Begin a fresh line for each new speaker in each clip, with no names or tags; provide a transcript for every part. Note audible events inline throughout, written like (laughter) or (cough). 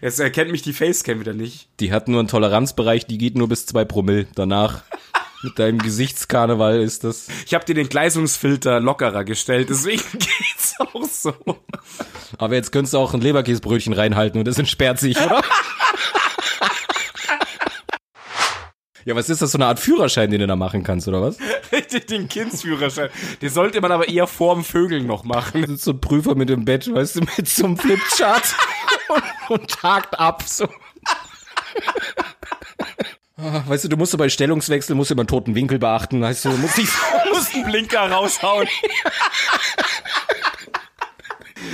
Jetzt erkennt mich die Facecam wieder nicht.
Die hat nur einen Toleranzbereich, die geht nur bis zwei Promille. Danach mit deinem Gesichtskarneval ist das.
Ich habe dir den Gleisungsfilter lockerer gestellt, deswegen (laughs) geht's auch so.
Aber jetzt könntest du auch ein Leberkäsebrötchen reinhalten und das entsperrt sich, oder? Ja, was ist das, so eine Art Führerschein, den du da machen kannst, oder was?
Richtig, den Kindsführerschein. Den sollte man aber eher vorm Vögeln noch machen.
Das ist so ein Prüfer mit dem Bett, weißt du, mit so einem Flipchart und, und hakt ab, so. Ah, Weißt du, du musst so bei Stellungswechsel, musst du immer einen toten Winkel beachten, weißt du, du musst nicht
Du musst einen Blinker raushauen.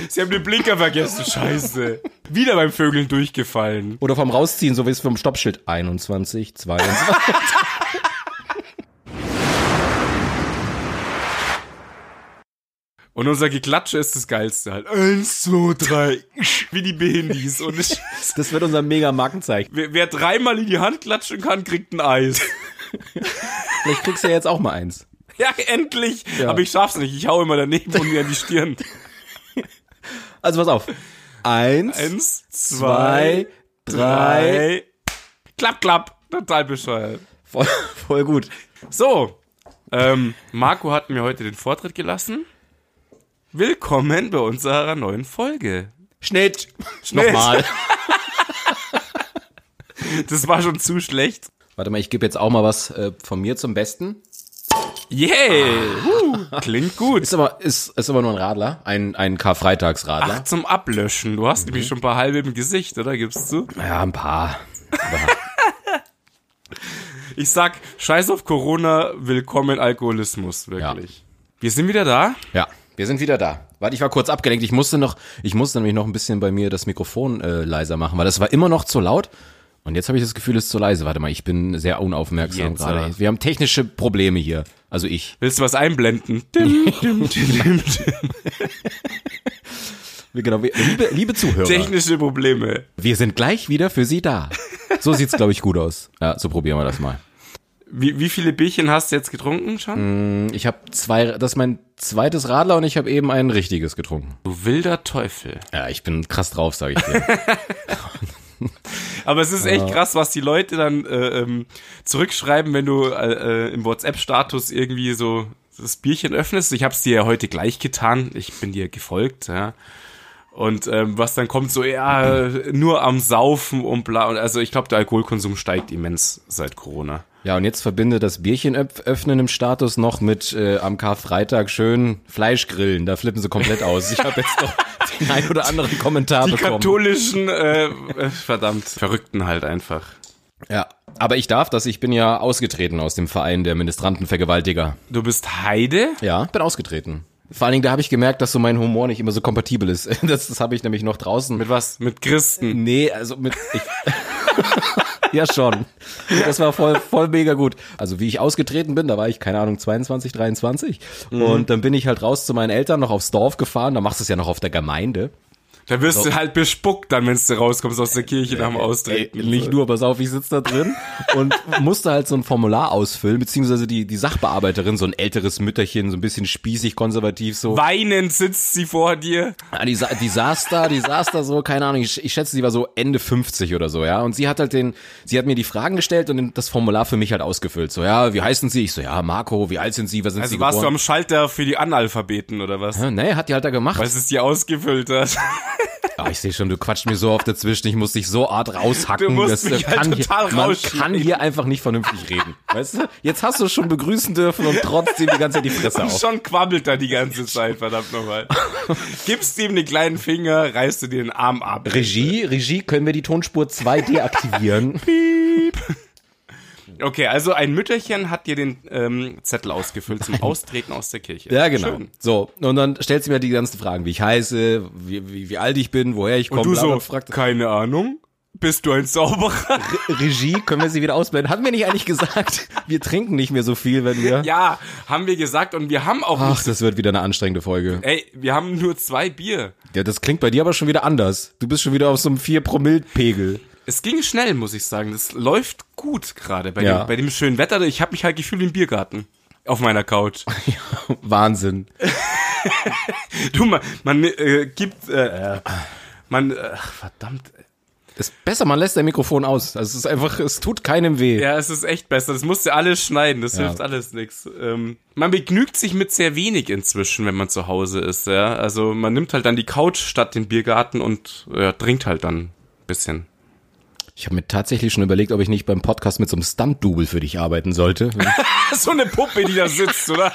Sie haben den Blinker vergessen, scheiße. Wieder beim Vögeln durchgefallen.
Oder vom Rausziehen, so wie es vom Stoppschild 21, 22.
Und unser Geklatsche ist das Geilste halt. Eins, zwei, drei. Wie die Behindis. Und ich,
Das wird unser mega Markenzeichen.
wer, wer dreimal in die Hand klatschen kann, kriegt ein Eis.
Vielleicht kriegst du ja jetzt auch mal eins.
(laughs) Ja, endlich. Aber ich schaff's nicht. Ich hau immer daneben und mir an die Stirn.
Also pass auf. (laughs) Eins,
Eins, zwei,
zwei, drei.
drei. Klapp, klapp. Total bescheuert.
Voll, voll gut.
So, ähm, Marco hat mir heute den Vortritt gelassen. Willkommen bei unserer neuen Folge.
Schnitt.
Schnitt.
(laughs) Nochmal.
Das war schon zu schlecht.
Warte mal, ich gebe jetzt auch mal was äh, von mir zum Besten.
Yeah! Uh, klingt gut.
Ah. Ist aber, ist, ist aber nur ein Radler, ein, ein Karfreitagsradler.
Ach, zum Ablöschen. Du hast
Mhm.
nämlich schon ein paar halbe im Gesicht, oder? Gibst du?
Ja, ein paar.
Ich sag, scheiß auf Corona, willkommen Alkoholismus, wirklich. Wir sind wieder da.
Ja, wir sind wieder da. Warte, ich war kurz abgelenkt. Ich musste noch, ich musste nämlich noch ein bisschen bei mir das Mikrofon äh, leiser machen, weil das war immer noch zu laut. Und jetzt habe ich das Gefühl, es ist zu leise. Warte mal, ich bin sehr unaufmerksam
Jetzt,
gerade.
oder?
Wir haben technische Probleme hier. Also ich.
Willst du was einblenden? Dim, dim, dim, dim, (laughs) dim.
Wir- Genau, wir, liebe, liebe Zuhörer,
Technische Probleme.
wir sind gleich wieder für Sie da. So sieht's, glaube ich, gut aus. Ja, so probieren wir das mal.
Wie, wie viele Bierchen hast du jetzt getrunken schon?
Ich habe zwei, das ist mein zweites Radler und ich habe eben ein richtiges getrunken.
Du wilder Teufel.
Ja, ich bin krass drauf, sage ich (laughs) dir.
Aber es ist echt krass, was die Leute dann äh, ähm, zurückschreiben, wenn du äh, äh, im WhatsApp-Status irgendwie so das Bierchen öffnest. Ich habe es dir ja heute gleich getan. Ich bin dir gefolgt, ja. Und ähm, was dann kommt, so (clears throat) ja, nur am Saufen und bla. Und also ich glaube, der Alkoholkonsum steigt immens seit Corona.
ja, und jetzt verbinde das Bierchen öp- öffnen im Status noch mit äh, am Karfreitag schön Fleisch grillen. Da flippen sie komplett aus. Ich habe jetzt (laughs) noch den ein oder anderen Kommentar
Die
bekommen.
katholischen, äh, äh, (laughs) verdammt, Verrückten halt einfach.
Ja, aber ich darf das. Ich bin ja ausgetreten aus dem Verein der Ministrantenvergewaltiger.
Du bist Heide?
Ja, bin ausgetreten. Vor allen Dingen, da habe ich gemerkt, dass so mein Humor nicht immer so kompatibel ist. (laughs) Das, das habe ich nämlich noch draußen.
Mit was? Mit Christen.
Nee, also mit. Ich, (laughs) ja, schon. Das war voll, voll mega gut. Also, wie ich ausgetreten bin, da war ich, keine Ahnung, 22, 23. Und dann bin ich halt raus zu meinen Eltern noch aufs Dorf gefahren. Da machst du es ja noch auf der Gemeinde.
Da wirst du halt bespuckt dann, wenn du rauskommst aus
Äh,
der Kirche nach dem Austreten.
Ey, Äh, nicht nur, pass auf, ich sitze da drin und musste halt so ein Formular ausfüllen, beziehungsweise die, die Sachbearbeiterin, so ein älteres Mütterchen, so ein bisschen spießig, konservativ, so.
Weinend sitzt sie vor dir.
Ja, Ah, die, sa- die saß da, die saß da so, keine Ahnung, ich, ich schätze, sie war so Ende 50 oder so, ja. Und sie hat halt den, sie hat mir die Fragen gestellt und das Formular für mich halt ausgefüllt. So, ja, wie heißen Sie? Ich so, ja, Marco, wie alt sind Sie? Was sind
Also
Sie
warst du
geboren?
am Schalter für die Analphabeten oder was?
ja, nee, hat die halt da gemacht.
Was ist dir
(laughs)
ausgefüllt hat?
Ah, ich sehe schon, du quatscht mir so oft dazwischen, ich muss dich so hart raushacken.
Du musst mich
äh,
halt
kann
total
hier, man
rausschieben.
kann hier einfach nicht vernünftig reden. Weißt du, jetzt hast du schon begrüßen dürfen und trotzdem die ganze Zeit die Fresse
(laughs)
auf.
Schon quabbelt er die
(laughs)
ganze Zeit, verdammt nochmal. Gibst ihm den kleinen Finger, reißt du dir den Arm ab.
Regie, Regie, können wir die Tonspur 2 deaktivieren?
Okay, also ein Mütterchen hat dir den ähm, Zettel ausgefüllt zum Austreten aus der Kirche.
Ja, genau.
Schön.
So, und dann stellt sie mir die ganzen Fragen, wie ich heiße, wie, wie, wie alt ich bin, woher ich komme.
Du so,
fragt,
keine Ahnung. Bist du ein Zauberer?
Regie, können wir sie wieder ausblenden? Haben wir nicht eigentlich gesagt, (laughs) wir trinken nicht mehr so viel, wenn wir...
(laughs) Ja, haben wir gesagt und wir haben auch
Ach,
nicht.
das wird wieder eine anstrengende Folge.
Ey, wir haben nur zwei Bier.
Ja, das klingt bei dir aber schon wieder anders. Du bist schon wieder auf so einem 4-Promille-Pegel.
Es ging schnell, muss ich sagen. Das läuft gut gerade bei,
Ja.
dem, bei dem schönen Wetter. Ich habe mich halt gefühlt im Biergarten. Auf meiner
(laughs)
Couch.
(laughs) Wahnsinn.
Du, man, man äh, gibt. Äh, man. Äh, ach, verdammt.
Ist besser, man lässt dein Mikrofon aus. Also es ist einfach, es tut keinem weh.
Ja, es ist echt besser. Das musst du alles schneiden. Das
Ja.
hilft alles nichts. Ähm, man begnügt sich mit sehr wenig inzwischen, wenn man zu Hause ist. Ja? Also man nimmt halt dann die Couch statt den Biergarten und ja, trinkt halt dann ein bisschen. (laughs)
Ich habe mir tatsächlich schon überlegt, ob ich nicht beim Podcast mit so einem Stunt-Double für dich arbeiten sollte.
(laughs) so eine Puppe, die da sitzt, oder?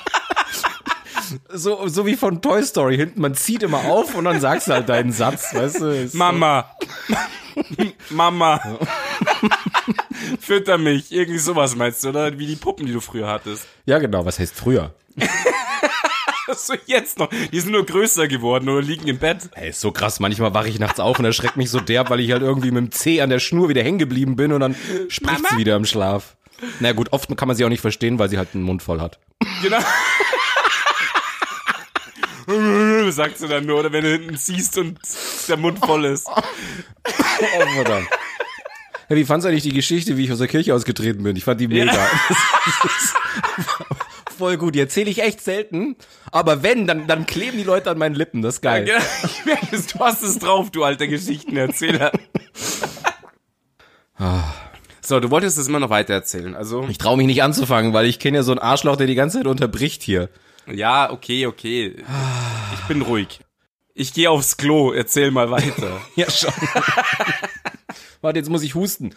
so, so wie von Toy Story hinten, man zieht immer auf und dann sagst du halt deinen Satz, weißt du? Ist-
Mama. (laughs) Mama. Fütter mich. Irgendwie sowas meinst du, oder? Wie die Puppen, die du früher hattest.
Ja, genau, was heißt früher?
Hast du jetzt noch? Die sind nur größer geworden oder liegen im Bett.
Ey, ist so krass, manchmal wache ich nachts auf und erschreckt mich so derb, weil ich halt irgendwie mit dem Zeh an der Schnur wieder hängen geblieben bin und dann spricht
Mama?
sie wieder im Schlaf. Na gut, oft kann man sie auch nicht verstehen, weil sie halt einen Mund voll hat.
Genau. (laughs) Sagst du dann nur, oder wenn du hinten ziehst und der Mund voll ist.
Oh, verdammt. Hey, wie fandst du eigentlich die Geschichte, wie ich aus der Kirche ausgetreten bin? Ich fand die mega. (laughs) Voll gut, die erzähle ich echt selten. Aber wenn, dann, dann kleben die Leute an meinen Lippen, das ist geil.
Ja, Genau. ich merke es, du hast es drauf, du alter Geschichtenerzähler. Ah. So, du wolltest es immer noch weiter erzählen. Also,
Ich traue mich nicht anzufangen, weil ich kenne ja so einen Arschloch, der die ganze Zeit unterbricht hier.
ja, okay, okay. Ich bin ruhig. Ich gehe aufs Klo, erzähl mal
(laughs)
weiter.
(laughs) Ja, schon. Warte, jetzt muss ich husten.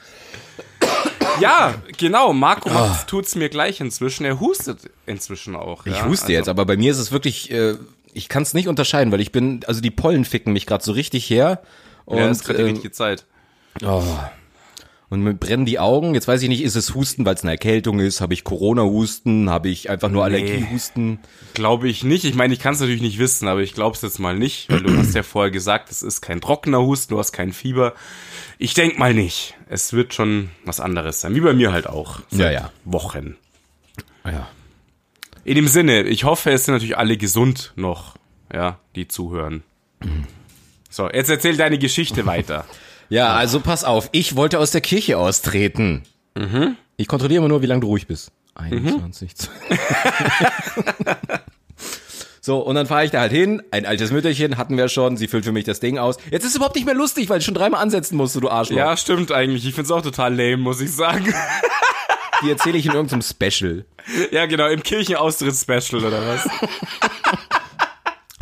ja, genau, Marco
Ah.
macht's- tut's mir gleich inzwischen. Er hustet inzwischen auch. Also,
Ich huste jetzt, aber bei mir ist es wirklich, äh, ich kann es nicht unterscheiden, weil ich bin, also die Pollen ficken mich gerade so richtig her. Und,
Ja, ist gerade die
ähm,
richtige Zeit.
Oh. Und mir brennen die Augen. Jetzt weiß ich nicht, ist es Husten, weil es eine Erkältung ist? Habe ich Corona-Husten? Habe ich einfach nur Allergie-Husten?
Glaube ich nicht. Ich meine, ich kann es natürlich nicht wissen, aber ich glaube es jetzt mal nicht,
(clears throat)
weil du hast ja vorher gesagt, es ist kein trockener Husten, du hast kein Fieber. Ich denk mal nicht. Es wird schon was anderes sein, wie bei mir halt auch.
Ja, ja.
Wochen.
Ja.
In dem Sinne, ich hoffe, es sind natürlich alle gesund noch, ja, die zuhören. So, jetzt erzähl deine Geschichte weiter.
ja, also pass auf. Ich wollte aus der Kirche austreten. Ich kontrolliere immer nur, wie lange du ruhig bist. 21. (laughs) so, und dann fahre ich da halt hin. Ein altes Mütterchen hatten wir schon. Sie füllt für mich das Ding aus. Jetzt ist es überhaupt nicht mehr lustig, weil ich schon dreimal ansetzen musste, du Arschloch.
Ja, stimmt eigentlich. Ich find's auch total lame, muss ich sagen. (laughs)
Die erzähle ich in irgendeinem Special.
Ja, genau, im Kirchenaustritt-Special oder was.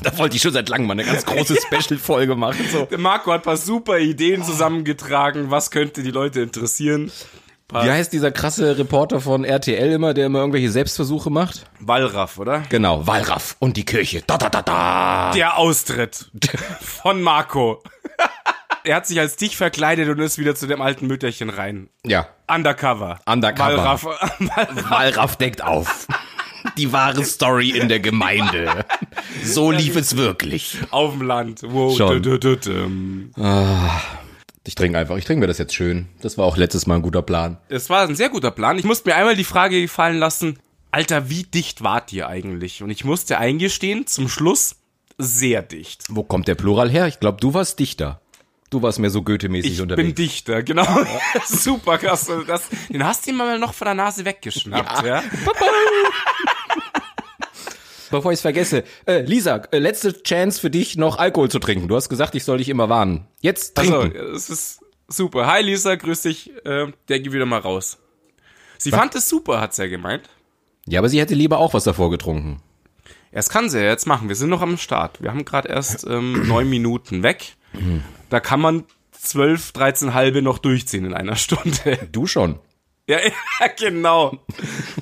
Da wollte ich schon seit langem mal eine ganz (laughs) große Special-Folge machen. So.
Der Marco hat ein paar super Ideen zusammengetragen, was könnte die Leute interessieren.
Wie heißt dieser krasse Reporter von RTL immer, der immer irgendwelche Selbstversuche macht?
Wallraff, oder?
Genau, Wallraff und die Kirche. Da, da, da, da.
Der Austritt von Marco. er hat sich als dich verkleidet und ist wieder zu dem alten Mütterchen rein.
Ja,
Undercover.
Undercover.
Wallraff. (laughs) Wallraff.
Wallraff deckt auf. Die wahre Story in der Gemeinde. So lief es wirklich.
Auf dem Land. Wow.
Schon.
Dü- dü- dü- düm.
Ich trinke einfach, ich trinke mir das jetzt schön. Das war auch letztes Mal ein guter Plan.
Es war ein sehr guter Plan. Ich musste mir einmal die Frage gefallen lassen, Alter, wie dicht wart ihr eigentlich? Und ich musste eingestehen, zum Schluss, sehr dicht.
Wo kommt der Plural her? Ich glaube, du warst Dichter. Du warst mehr so Goethe-mäßig
Ich
unterwegs.
bin Dichter, genau. (laughs) Super krass. Also Das, den hast du ihm mal noch von der Nase weggeschnappt, ja?
Bevor ich es vergesse, äh, Lisa, äh, letzte Chance für dich, noch Alkohol zu trinken. Du hast gesagt, ich soll dich immer warnen. Jetzt trinken.
Also, es ist super. Hi Lisa, grüß dich. Äh, der geht wieder mal raus. Sie fand es super, hat sie ja gemeint.
Ja, aber sie hätte lieber auch was davor getrunken.
Ja, das kann sie ja jetzt machen. Wir sind noch am Start. Wir haben gerade erst ähm, (clears throat) neun Minuten weg. Da kann man zwölf, dreizehn halbe noch durchziehen in einer (laughs) Stunde.
Du schon.
ja, ja, genau.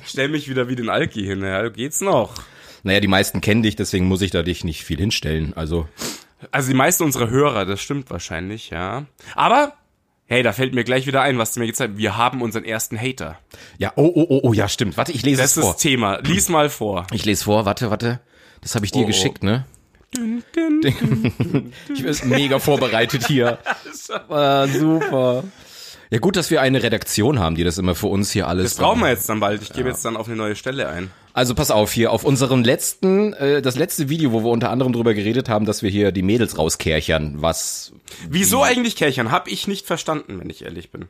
Stell mich wieder wie den Alki hin. Ja, geht's noch?
Naja, die meisten kennen dich, deswegen muss ich da dich nicht viel hinstellen. Also,
Also die meisten unserer Hörer, das stimmt wahrscheinlich, ja. Aber, hey, da fällt mir gleich wieder ein, was du mir gezeigt hast. Wir haben unseren ersten Hater.
ja, oh, oh, oh, oh, ja, stimmt. Warte, ich lese
Das
es
ist
vor.
das Thema. Lies mal vor.
Ich lese vor, warte, warte. Das habe ich dir
oh.
geschickt, ne? Ich bin mega vorbereitet (laughs) hier. Ah, super. Ja, gut, dass wir eine Redaktion haben, die das immer für uns hier alles.
Das brauchen wir jetzt dann bald. Ich gebe jetzt dann auf eine neue Stelle ein.
Also pass auf hier, auf unserem letzten, äh, das letzte Video, wo wir unter anderem drüber geredet haben, dass wir hier die Mädels rauskerchern, was Mhm.
Wieso eigentlich Kerchern? Hab ich nicht verstanden, wenn ich ehrlich bin.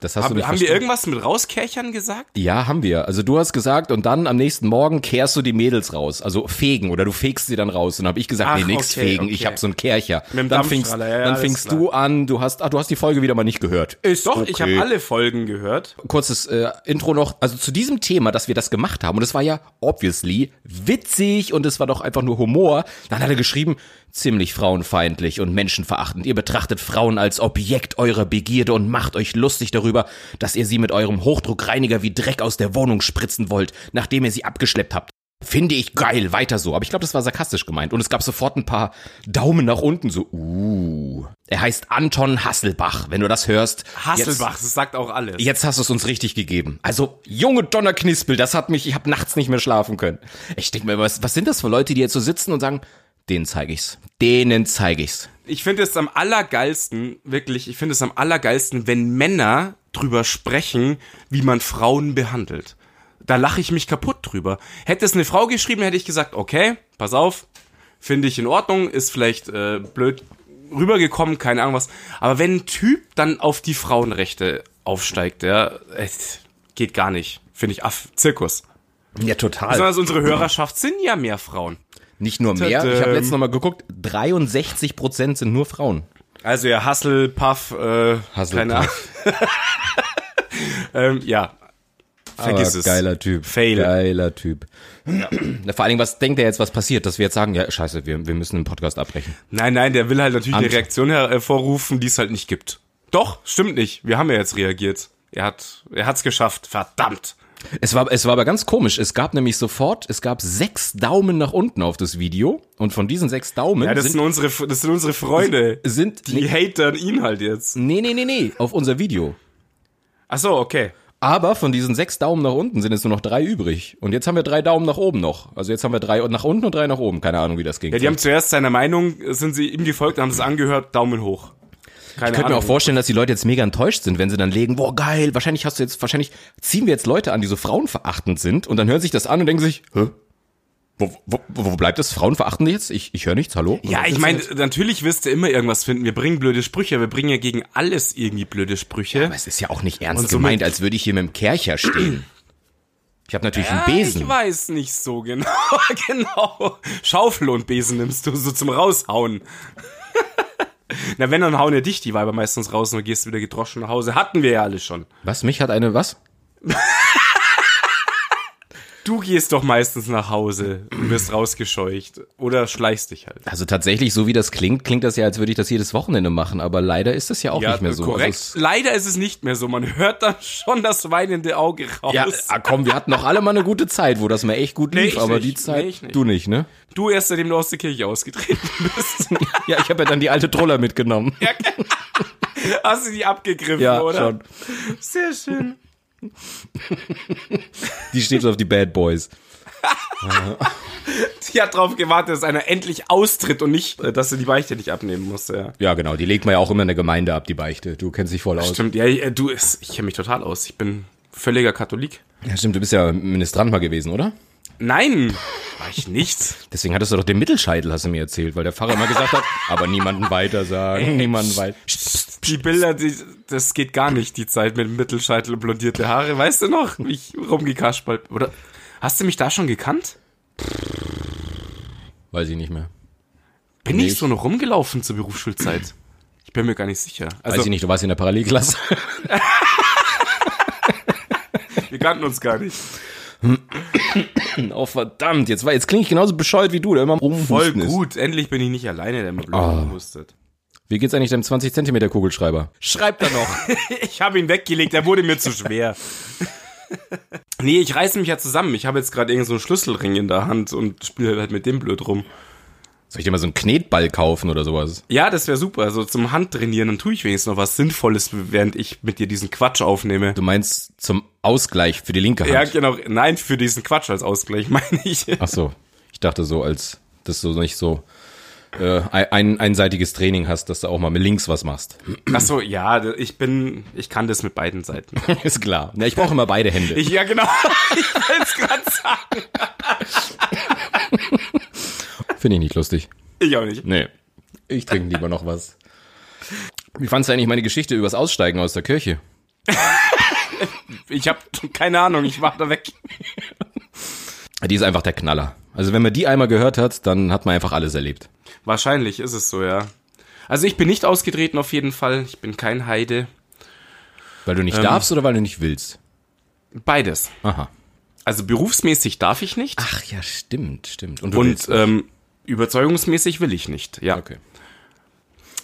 Das hast
Haben,
du nicht
haben wir
verstanden.
irgendwas mit rauskerchern gesagt?
Ja, haben wir. Also du hast gesagt und dann am nächsten Morgen kehrst du die Mädels raus. Also fegen oder du fegst sie dann raus. Und dann habe ich gesagt,
Ach,
nee, nix
okay,
fegen,
okay.
ich hab so einen Kercher.
Mit dem
dann fingst,
Dampfstrahler, ja, ja,
dann
alles
fingst
klar.
du an, du hast, ach, du hast die Folge wieder mal nicht gehört. Ist
Doch, ich habe alle Folgen gehört.
Kurzes äh, Intro noch, also zu diesem Thema, dass wir das gemacht haben. Und es war ja obviously witzig und es war doch einfach nur Humor. Dann hat er geschrieben, ziemlich frauenfeindlich und menschenverachtend. Ihr betrachtet Frauen als Objekt eurer Begierde und macht euch lustig darüber, dass ihr sie mit eurem Hochdruckreiniger wie Dreck aus der Wohnung spritzen wollt, nachdem ihr sie abgeschleppt habt. Finde ich geil, weiter so. Aber ich glaube, das war sarkastisch gemeint. Und es gab sofort ein paar Daumen nach unten, so, uh. Er heißt Anton Hasselbach. Wenn du das hörst, jetzt-
Hasselbach, das sagt auch alles.
Jetzt hast du es uns richtig gegeben. Also, junge Donnerknispel, das hat mich, ich habe nachts nicht mehr schlafen können. Ich denke mir, was, was sind das für Leute, die jetzt so sitzen und sagen, denen zeige ich's. Denen zeige ich's.
Ich finde es am allergeilsten, wirklich, ich finde es am allergeilsten, wenn Männer drüber sprechen, wie man Frauen behandelt. Da lache ich mich kaputt drüber. Hätte es eine Frau geschrieben, hätte ich gesagt, okay, pass auf, finde ich in Ordnung, ist vielleicht äh, blöd rübergekommen, keine Ahnung was. Aber wenn ein Typ dann auf die Frauenrechte aufsteigt, ja, echt, geht gar nicht. Finde ich aff, Zirkus.
Ja, total.
Besonders Also, unsere Hörerschaft sind ja mehr Frauen.
Nicht nur mehr, ich habe
Ähm.
letztens nochmal geguckt, 63 Prozent sind nur Frauen.
Also ja, Hassel, Puff, äh,
Hassel,
keine Ahnung. (laughs) ähm, ja. Vergiss
Aber
es.
Geiler Typ.
Fail.
Geiler Typ. Na, Vor allen Dingen, was denkt er jetzt, was passiert, dass wir jetzt sagen, ja, scheiße, wir, wir müssen den Podcast abbrechen.
Nein, nein, der will halt natürlich
Andere.
eine Reaktion her- hervorrufen, die es halt nicht gibt. Doch, stimmt nicht. Wir haben ja jetzt reagiert. Er hat, er hat's geschafft. Verdammt.
Es war, es war aber ganz komisch. Es gab nämlich sofort, es gab sechs Daumen nach unten auf das Video. Und von diesen sechs Daumen
Ja, das sind
sind,
unsere, das sind unsere Freunde.
sind
Die hatern ihn halt jetzt.
Nee, nee, nee, nee, auf unser Video.
Ach so, okay.
Aber von diesen sechs Daumen nach unten sind jetzt nur noch drei übrig. Und jetzt haben wir drei Daumen nach oben noch. Also jetzt haben wir drei nach unten und drei nach oben. Keine Ahnung, wie das ging.
Ja, die haben zuerst seiner Meinung, sind sie ihm gefolgt, haben es angehört, Daumen hoch. Keine
ich könnte mir
Ahnung.
auch vorstellen, dass die Leute jetzt mega enttäuscht sind, wenn sie dann legen, boah, geil, wahrscheinlich hast du jetzt, wahrscheinlich ziehen wir jetzt Leute an, die so frauenverachtend sind und dann hören sich das an und denken sich, hä? Wo, wo, wo bleibt das? Frauenverachtend jetzt? Ich, ich höre nichts, hallo?
Ja, ich meine, natürlich wirst du immer irgendwas finden. Wir bringen blöde Sprüche, wir bringen ja gegen alles irgendwie blöde Sprüche.
Aber es ist ja auch nicht ernst
Und somit-
gemeint, als würde ich hier mit dem Kercher stehen. Ich habe natürlich einen
Ah,
Besen.
Ich weiß nicht so genau. (laughs) genau. Schaufel und Besen nimmst du so zum Raushauen. (laughs) Na, wenn, dann hauen ja dich die Weiber meistens raus und du gehst wieder gedroschen nach Hause. Hatten wir ja alle schon.
Was? Mich hat eine, was?
Du gehst doch meistens nach Hause und wirst rausgescheucht. Oder schleichst dich halt.
Also tatsächlich, so wie das klingt, klingt das ja, als würde ich das jedes Wochenende machen, aber leider ist das ja auch nicht mehr so.
korrekt.
Also
Leider ist es nicht mehr so. Man hört dann schon das weinende Auge raus.
es, ja, ah, komm, wir hatten noch alle mal eine gute Zeit, wo das mal echt gut
Nee,
lief,
ich
aber
nicht.
die Zeit,
Nee, ich nicht.
du nicht, ne?
Du erst seitdem du aus der Kirche ausgetreten bist.
Ja, ich habe ja dann die alte Troller mitgenommen. Ja,
Hast du die abgegriffen, oder?
schon.
Sehr schön.
Die steht so auf die Bad Boys.
(laughs) Die hat drauf gewartet, dass einer endlich austritt und nicht, äh, dass er die Beichte nicht abnehmen muss. Ja.
Ja, genau, die legt man ja auch immer in der Gemeinde ab, die Beichte. Du kennst dich voll aus.
Stimmt, ja, ja, du, es- ich kenne mich total aus. Ich bin völliger Katholik.
Ja, stimmt, du bist ja Ministrant mal gewesen, oder?
Nein, (laughs) war ich nicht.
Deswegen hattest du doch den Mittelscheitel, hast du mir erzählt, weil der Pfarrer immer gesagt hat, aber niemanden weiter sagen, niemanden weiter.
Die Bilder, die, das geht gar nicht, die Zeit mit dem Mittelscheitel und blondierte Haare. Weißt du noch, wie ich rumgekaspert Oder hast du mich da schon gekannt?
Weiß ich nicht mehr.
Bin ich
Nicht.
so noch rumgelaufen zur Berufsschulzeit? Ich bin mir gar nicht sicher.
Weiß
Also,
ich nicht, du warst in der Parallelklasse.
wir kannten uns gar nicht.
Oh verdammt, jetzt, war- jetzt klinge ich genauso bescheuert wie du, der immer rumhusten
Voll
ist.
gut, endlich bin ich nicht alleine, der mit
Ah.
Blödsinn hustet.
Wie geht's eigentlich deinem 20 Zentimeter Kugelschreiber?
Schreibt er noch.
(laughs)
ich habe ihn weggelegt, er wurde mir zu schwer. nee, ich reiße mich ja zusammen. Ich habe jetzt gerade irgendeinen so einen Schlüsselring in der Hand und spiele halt mit dem blöd rum.
Soll ich dir mal so einen Knetball kaufen oder sowas?
Ja, das wäre super. So zum Handtrainieren, dann tue ich wenigstens noch was Sinnvolles, während ich mit dir diesen Quatsch aufnehme.
Du meinst zum Ausgleich für die linke
Ja,
Hand?
genau. Nein, für diesen Quatsch als Ausgleich (laughs) meine ich.
Ach so, ich dachte so, als dass du nicht so äh, ein einseitiges Training hast, dass du auch mal mit links was machst. (laughs)
Ach so, ja, ich bin, ich kann das mit beiden
(laughs)
Seiten.
Ist klar. Na, ich brauche immer beide Hände.
Ich, ja, genau. (laughs) ich wollte es gerade sagen.
Finde ich nicht lustig.
Ich auch nicht.
Nee, ich trinke lieber noch was. Wie fandst du eigentlich meine Geschichte übers Aussteigen aus der Kirche?
Ich habe keine Ahnung, ich war da weg.
Die ist einfach der Knaller. Also wenn man die einmal gehört hat, dann hat man einfach alles erlebt.
Wahrscheinlich ist es so, ja. Also ich bin nicht ausgetreten auf jeden Fall. Ich bin kein Heide.
Weil du nicht darfst oder weil du nicht willst?
Beides.
Ähm, Aha.
Also berufsmäßig darf ich nicht
Ach ja, stimmt, stimmt. Und, Ah, äh, du
und
willst.
ähm, überzeugungsmäßig will ich nicht. Ja.
okay.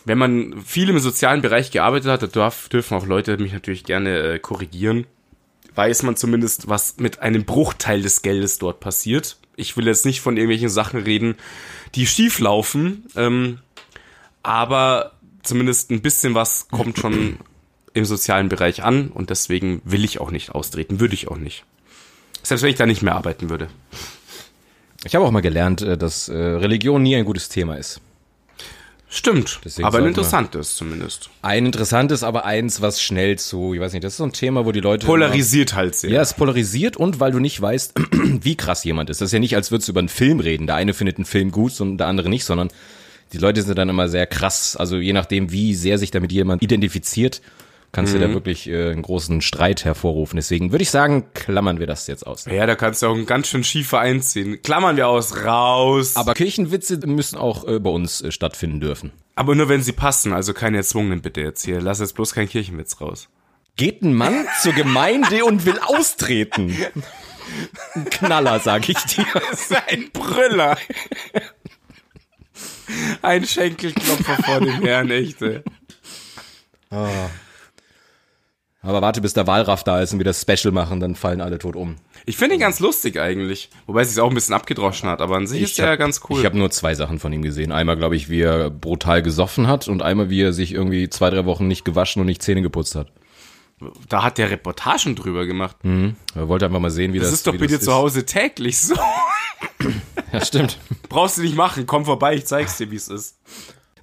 Wenn man viel im sozialen Bereich gearbeitet hat, da darf, dürfen auch Leute mich natürlich gerne äh, korrigieren. Weiß man zumindest, was mit einem Bruchteil des Geldes dort passiert. Ich will jetzt nicht von irgendwelchen Sachen reden, die schief laufen, ähm, aber zumindest ein bisschen was kommt
(clears throat)
schon im sozialen Bereich an und deswegen will ich auch nicht austreten, würde ich auch nicht. Selbst wenn ich da nicht mehr arbeiten würde.
Ich habe auch mal gelernt, äh, dass äh, Religion nie ein gutes Thema ist.
Stimmt,
Deswegen
aber ein
sollten wir- Genau.
interessantes zumindest.
Ein interessantes, aber eins, was schnell zu, ich weiß nicht, das ist so ein Thema, wo die Leute. immer-
Polarisiert halt sehr.
Ja, es polarisiert und weil du nicht weißt, (clears throat) wie krass jemand ist. Das ist ja nicht, als würdest du über einen Film reden. Der eine findet einen Film gut und der andere nicht, sondern die Leute sind dann immer sehr krass. Also je nachdem, wie sehr sich damit jemand identifiziert, kannst du da wirklich äh, einen großen Streit hervorrufen. Deswegen würde ich sagen, klammern wir das jetzt aus.
Ja, da kannst du auch einen ganz schön schiefer einziehen. Klammern wir aus, raus.
Aber Kirchenwitze müssen auch äh, bei uns äh, stattfinden dürfen.
Aber nur wenn sie passen, also keine erzwungenen bitte jetzt hier. Lass jetzt bloß keinen Kirchenwitz raus.
Geht ein Mann (laughs) zur Gemeinde und will austreten. Ein Knaller, sag ich dir.
(laughs) Das ist ein Brüller. Ein Schenkelklopfer vor (laughs) dem Herrn, echte.
Aber warte, bis der Wahlraff da ist und wir das Special machen, dann fallen alle tot um.
Ich finde ihn ganz lustig eigentlich. Wobei es sich auch ein bisschen abgedroschen hat, aber an sich ist er
hab-
ganz cool.
Ich habe nur zwei Sachen von ihm gesehen. Einmal, glaube ich, wie er brutal gesoffen hat und einmal, wie er sich irgendwie zwei, drei Wochen nicht gewaschen und nicht Zähne geputzt hat.
da hat der Reportagen drüber gemacht.
Er wollte einfach mal sehen, wie das,
Hm. das ist doch
wie
bei dir
das
zu Hause täglich (laughs) so.
ist. Ja, stimmt.
Brauchst du nicht machen, komm vorbei, ich zeig's dir, wie es ist.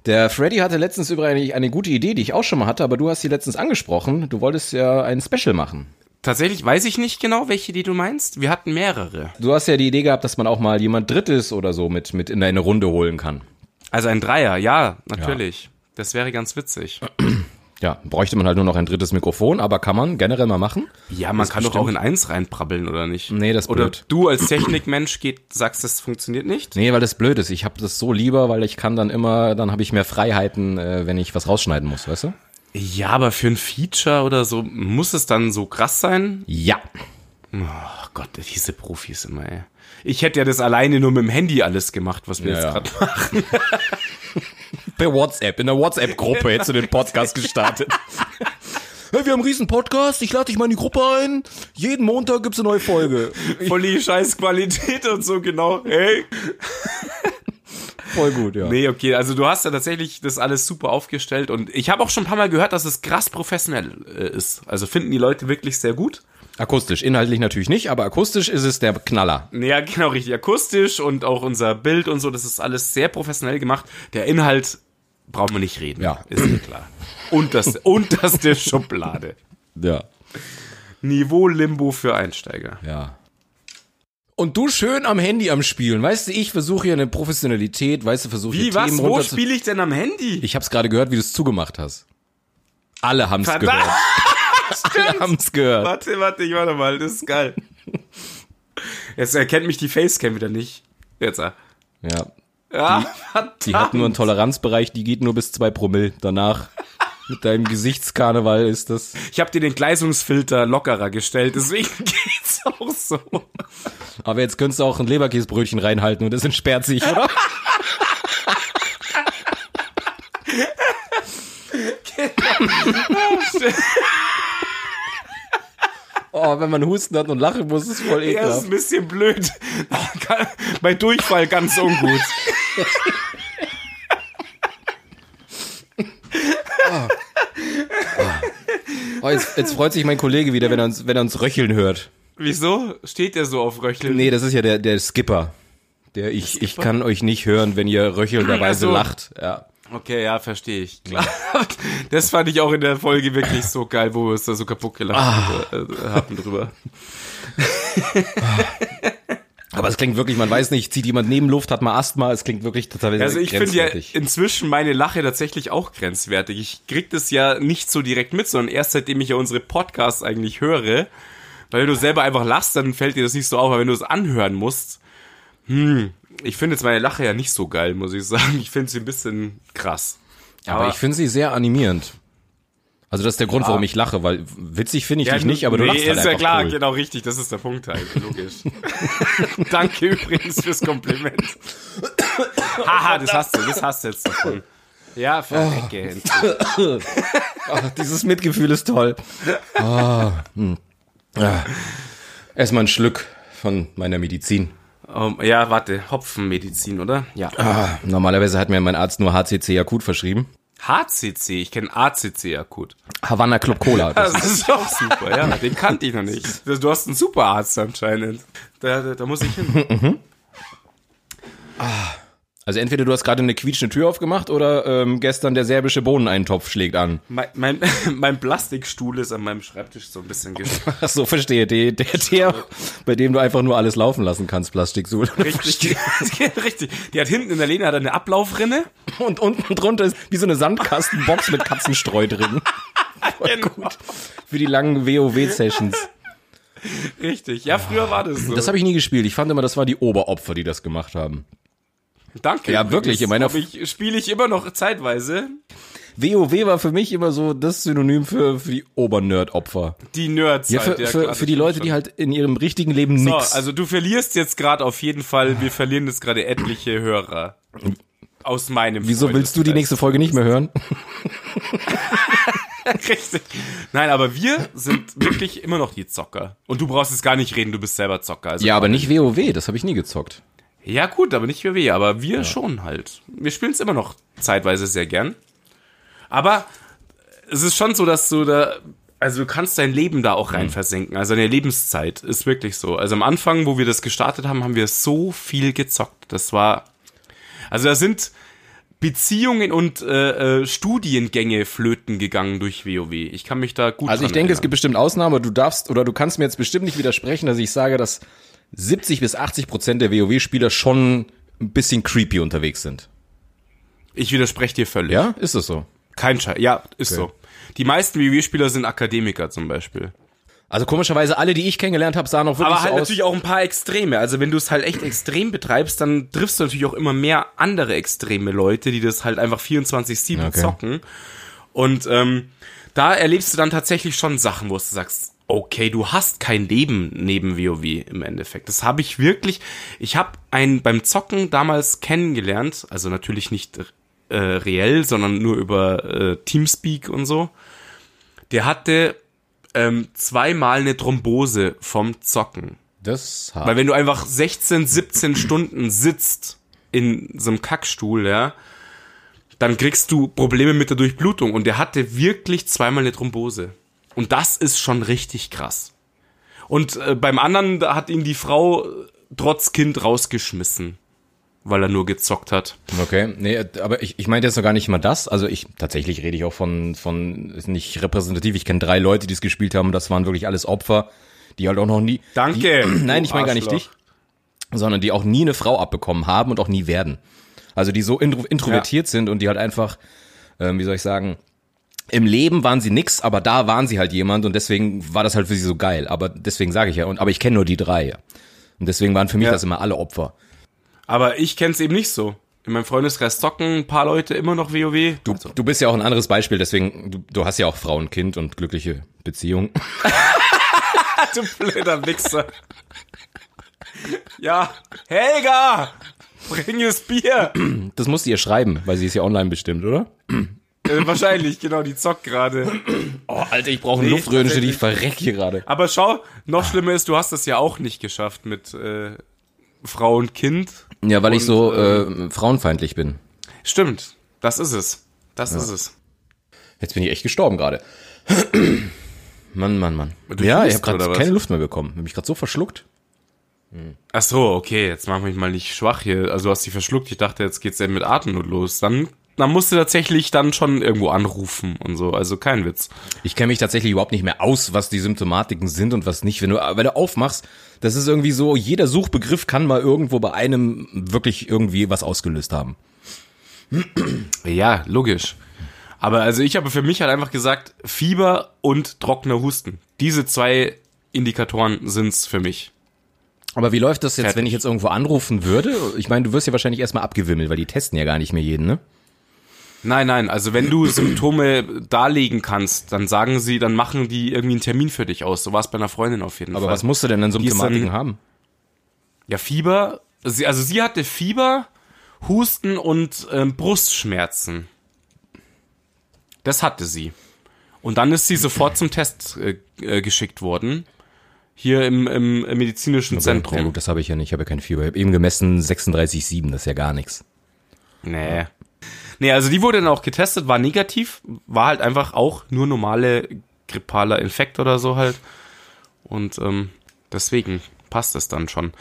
Der Freddy hatte letztens übrigens eine gute Idee, die ich auch schon mal hatte, aber du hast sie letztens angesprochen. Du wolltest ja ein Special machen.
Tatsächlich weiß ich nicht genau, welche die du meinst. Wir hatten mehrere.
Du hast ja die Idee gehabt, dass man auch mal jemand Drittes oder so mit, mit in eine Runde holen kann.
Also ein Dreier, ja, natürlich. Das wäre ganz witzig.
Ja, bräuchte man halt nur noch ein drittes Mikrofon, aber kann man generell mal machen.
Ja, man kann doch
bestimmt-
auch in eins reinprabbeln, oder nicht?
Nee, das ist
Oder
blöd.
du als Technikmensch geht, sagst, das funktioniert nicht?
Nee, weil das blöd ist. Ich habe das so lieber, weil ich kann dann immer, dann habe ich mehr Freiheiten, äh, wenn ich was rausschneiden muss, weißt du?
Ja, aber für ein Feature oder so muss es dann so krass sein?
Ja.
Ach Gott, diese Profis immer, ey. Ich hätte ja das alleine nur mit dem Handy alles gemacht, was wir
Ja,
jetzt
ja.
gerade machen.
Per WhatsApp, in der WhatsApp-Gruppe hättest du den Podcast gestartet. (laughs) Hey, wir haben einen riesen Podcast, ich lade dich mal in die Gruppe ein. Jeden Montag gibt's eine neue Folge.
(laughs) Voll die scheiß Qualität und so, genau. Hey.
Voll gut, ja.
Nee, okay, also du hast ja tatsächlich das alles super aufgestellt und ich habe auch schon ein paar Mal gehört, dass es krass professionell äh, ist. Also finden die Leute wirklich sehr gut.
Akustisch, inhaltlich natürlich nicht, aber akustisch ist es der Knaller.
Ja, genau, richtig. Akustisch und auch unser Bild und so, das ist alles sehr professionell gemacht. Der Inhalt brauchen wir nicht reden.
Ja.
Ist mir klar. Unterste, unterste Schublade.
Ja.
Niveau Limbo für Einsteiger.
Ja. Und du schön am Handy am Spielen. Weißt du, ich versuche hier eine Professionalität, weißt du, versuche
Wie,
hier
was?
Themen
Wo
runter
spiele ich denn am Handy?
Ich hab's gerade gehört, wie du es zugemacht hast. Alle haben's
Verdammt.
gehört. Alle haben's gehört.
Warte, warte, ich warte mal, das ist geil. Jetzt erkennt mich die Facecam wieder nicht. Jetzt, ah.
Ja.
Ja,
Die
verdammt.
hat nur einen Toleranzbereich, die geht nur bis zwei Promille. Danach mit deinem Gesichtskarneval ist das.
Ich habe dir den Gleisungsfilter lockerer gestellt, deswegen (laughs) geht's auch so.
Aber jetzt könntest du auch ein Leberkäsebrötchen reinhalten und das entsperrt sich,
(laughs)
oder? Genau. oh, wenn man Husten hat und lachen muss, ist voll
Er ist
ekelhaft.
ein bisschen blöd. (laughs) Bei Durchfall ganz ungut.
Oh, jetzt, jetzt freut sich mein Kollege wieder, wenn er uns, wenn er uns röcheln hört.
Wieso steht er so auf Röcheln?
Nee, das ist ja der, der Skipper. Der ich, ich kann euch nicht hören, wenn ihr röchelnderweise
Ach so.
lacht. Ja.
Okay, ja, verstehe ich. Klar. (laughs) Das fand ich auch in der Folge wirklich so geil, wo wir es da Ah. äh, so kaputt gelacht haben drüber.
Aber es klingt wirklich, man weiß nicht, zieht jemand Nebenluft, hat mal Asthma, es klingt wirklich total
Also ich finde ja inzwischen meine Lache tatsächlich auch grenzwertig. Ich krieg das ja nicht so direkt mit, sondern erst seitdem ich ja unsere Podcasts eigentlich höre. Weil wenn du selber einfach lachst, dann fällt dir das nicht so auf, aber wenn du es anhören musst, hm, ich finde jetzt meine Lache ja nicht so geil, muss ich sagen. Ich finde sie ein bisschen krass.
aber, ich finde sie sehr animierend. Also das ist der Grund, warum ich lache, weil witzig finde ich dich nicht, aber du
nee,
lachst halt
ist
einfach
ja klar,
cool.
genau richtig, das ist der Punkt halt, logisch. (laughs) Danke übrigens fürs Kompliment.
(laughs)
Haha, das hast du, das hast du jetzt davon. Ja, verrecke. genau.
(laughs) Ach, dieses Mitgefühl ist toll. Ah, hm. ah. Erstmal ein Schluck von meiner Medizin.
Um, ja, warte, Hopfenmedizin, oder? Ja.
Ah, normalerweise hat mir mein Arzt nur HCC Jakut verschrieben.
HCC, ich kenne ACC akut.
Havanna Club Cola. Das
(laughs) Das ist auch super, ja, den kannte ich noch nicht. Du hast einen super Arzt anscheinend. Da, da, da muss ich hin.
Also entweder du hast gerade eine quietschende Tür aufgemacht oder ähm, gestern der serbische Bohneneintopf schlägt an.
Mein, mein, (laughs) mein Plastikstuhl ist an meinem Schreibtisch so ein bisschen
Oh, (laughs)
geschwommen.
Ach so, verstehe. Der, der, der bei dem du einfach nur alles laufen lassen kannst, Plastiksuhl.
Richtig, richtig. Die hat hinten in der Lehne hat eine Ablaufrinne.
Und unten drunter ist wie so eine Sandkastenbox mit Katzenstreu drin. Oh
Genau.
Für die langen WoW-Sessions.
Richtig. Ja, früher war das so.
Das habe ich nie gespielt. Ich fand immer, das war die Oberopfer, die das gemacht haben.
Danke.
Ja, wirklich, in meiner-
Hab Ich, Spiele ich immer noch zeitweise.
WoW war für mich immer so das Synonym für, für die Obernerd-Opfer.
Die Nerds.
Ja, für,
halt,
für,
klar,
für die
das
Leute,
stimmt
die halt in ihrem richtigen Leben
schon.
nix.
So, also du verlierst jetzt gerade auf jeden Fall, wir verlieren jetzt gerade etliche Hörer. Aus meinem
Wieso willst du die
Freundeskreis.
nächste Folge nicht mehr hören?
(laughs) Richtig. Nein, aber wir sind wirklich immer noch die Zocker. Und du brauchst jetzt gar nicht reden, du bist selber Zocker. Also,
Ja, aber nicht WoW, das habe ich nie gezockt.
ja, gut, aber nicht für wir, aber wir schon halt. Wir spielen es immer noch zeitweise sehr gern. Aber es ist schon so, dass du da, also du kannst dein Leben da auch rein
Mhm.
versenken. Also deine Lebenszeit ist wirklich so. Also am Anfang, wo wir das gestartet haben, haben wir so viel gezockt. Das war, also da sind Beziehungen und äh, äh, Studiengänge flöten gegangen durch WoW. Ich kann mich da gut
Also ich
dran
denke, es
erinnern.
gibt bestimmt Ausnahmen, aber du darfst oder du kannst mir jetzt bestimmt nicht widersprechen, dass ich sage, dass 70 bis 80 Prozent der WoW-Spieler schon ein bisschen creepy unterwegs sind.
Ich widerspreche dir völlig.
Ja, ist das so?
Kein Scheiß. Ja, ist
Okay.
so. Die meisten WoW-Spieler sind Akademiker zum Beispiel.
Also komischerweise alle, die ich kennengelernt habe, sahen auch wirklich
Aber halt
so aus.
natürlich auch ein paar Extreme. Also wenn du es halt echt extrem betreibst, dann triffst du natürlich auch immer mehr andere extreme Leute, die das halt einfach 24-7
Okay.
zocken. Und ähm, da erlebst du dann tatsächlich schon Sachen, wo du sagst, okay, du hast kein Leben neben WoW im Endeffekt. Das habe ich wirklich, ich habe einen beim Zocken damals kennengelernt, also natürlich nicht äh, reell, sondern nur über äh, Teamspeak und so. Der hatte ähm, zweimal eine Thrombose vom Zocken.
Das
Weil wenn du einfach 16, 17 Stunden sitzt in so einem Kackstuhl, ja, dann kriegst du Probleme mit der Durchblutung. Und der hatte wirklich zweimal eine Thrombose. Und das ist schon richtig krass. Und äh, beim anderen da hat ihn die Frau äh, trotz Kind rausgeschmissen, weil er nur gezockt hat.
Okay, nee, aber ich, ich meinte jetzt noch gar nicht mal das. Also ich tatsächlich rede ich auch von von ist nicht repräsentativ. Ich kenne drei Leute, die es gespielt haben. Das waren wirklich alles Opfer, die halt auch noch nie.
Danke,
Die, (clears throat) nein,
du
ich meine gar nicht
Arschloch.
dich, sondern die auch nie eine Frau abbekommen haben und auch nie werden. Also die so intro introvertiert sind und die halt einfach, ähm, wie soll ich sagen, im Leben waren sie nix, aber da waren sie halt jemand und deswegen war das halt für sie so geil. Aber deswegen sage ich ja und aber ich kenne nur die drei und deswegen waren für mich
Ja.
das immer alle Opfer.
Aber ich kenn's eben nicht so. In meinem Freundeskreis zocken ein paar Leute immer noch WoW.
Du, du bist ja auch ein anderes Beispiel, deswegen, du, du hast ja auch Frau und Kind und glückliche Beziehung.
(laughs) Du blöder Wichser. Ja, Helga, bring das Bier.
Das musst du ihr schreiben, weil sie ist ja online bestimmt, oder?
Äh, wahrscheinlich, genau, die zockt gerade.
Oh, Alter, ich brauche einen
Nee,
Luftröhrenschnitt, ich verreck hier gerade.
Aber schau, noch schlimmer ist, du hast das ja auch nicht geschafft mit äh, Frau und Kind.
Ja, weil ich
Und,
so äh, frauenfeindlich bin.
Stimmt, das ist es. Das ist es.
Jetzt bin ich echt gestorben gerade. (clears throat) Mann, Mann, Mann.
Du
ja, ich
hustest,
habe gerade
oder was?
keine Luft mehr bekommen. Hab mich gerade so verschluckt.
Ach so, okay, jetzt mach mich mal nicht schwach hier. Also du hast sie verschluckt. Ich dachte, jetzt geht's eben mit Atemnot los. Dann man musste tatsächlich dann schon irgendwo anrufen und so. Also kein Witz.
Ich kenne mich tatsächlich überhaupt nicht mehr aus, was die Symptomatiken sind und was nicht. Wenn du, wenn du aufmachst, das ist irgendwie so, jeder Suchbegriff kann mal irgendwo bei einem wirklich irgendwie was ausgelöst haben.
Ja, logisch. Aber also ich habe für mich halt einfach gesagt, Fieber und trockener Husten. Diese zwei Indikatoren sind's für mich.
Aber wie läuft das jetzt, wenn ich jetzt irgendwo anrufen würde? Ich meine, du wirst ja wahrscheinlich erstmal abgewimmelt, weil die testen ja gar nicht mehr jeden, ne?
Nein, nein, also wenn du Symptome darlegen kannst, dann sagen sie, dann machen die irgendwie einen Termin für dich aus. So war es bei einer Freundin auf jeden
Aber
Fall.
was musst du denn an
ist
Symptomatiken
dann-
haben?
Ja, Fieber. Sie, also sie hatte Fieber, Husten und ähm, Brustschmerzen. Das hatte sie. Und dann ist sie sofort zum Test äh, äh, geschickt worden. Hier im, im im medizinischen
Ja,
Zentrum.
gut, das habe ich ja nicht, ich habe ja kein Fieber. Ich habe eben gemessen 36,7, das ist ja gar nichts.
Nee. Nee, also die wurde dann auch getestet, war negativ, war halt einfach auch nur normale grippaler Infekt oder so halt. Und ähm, deswegen passt es dann schon.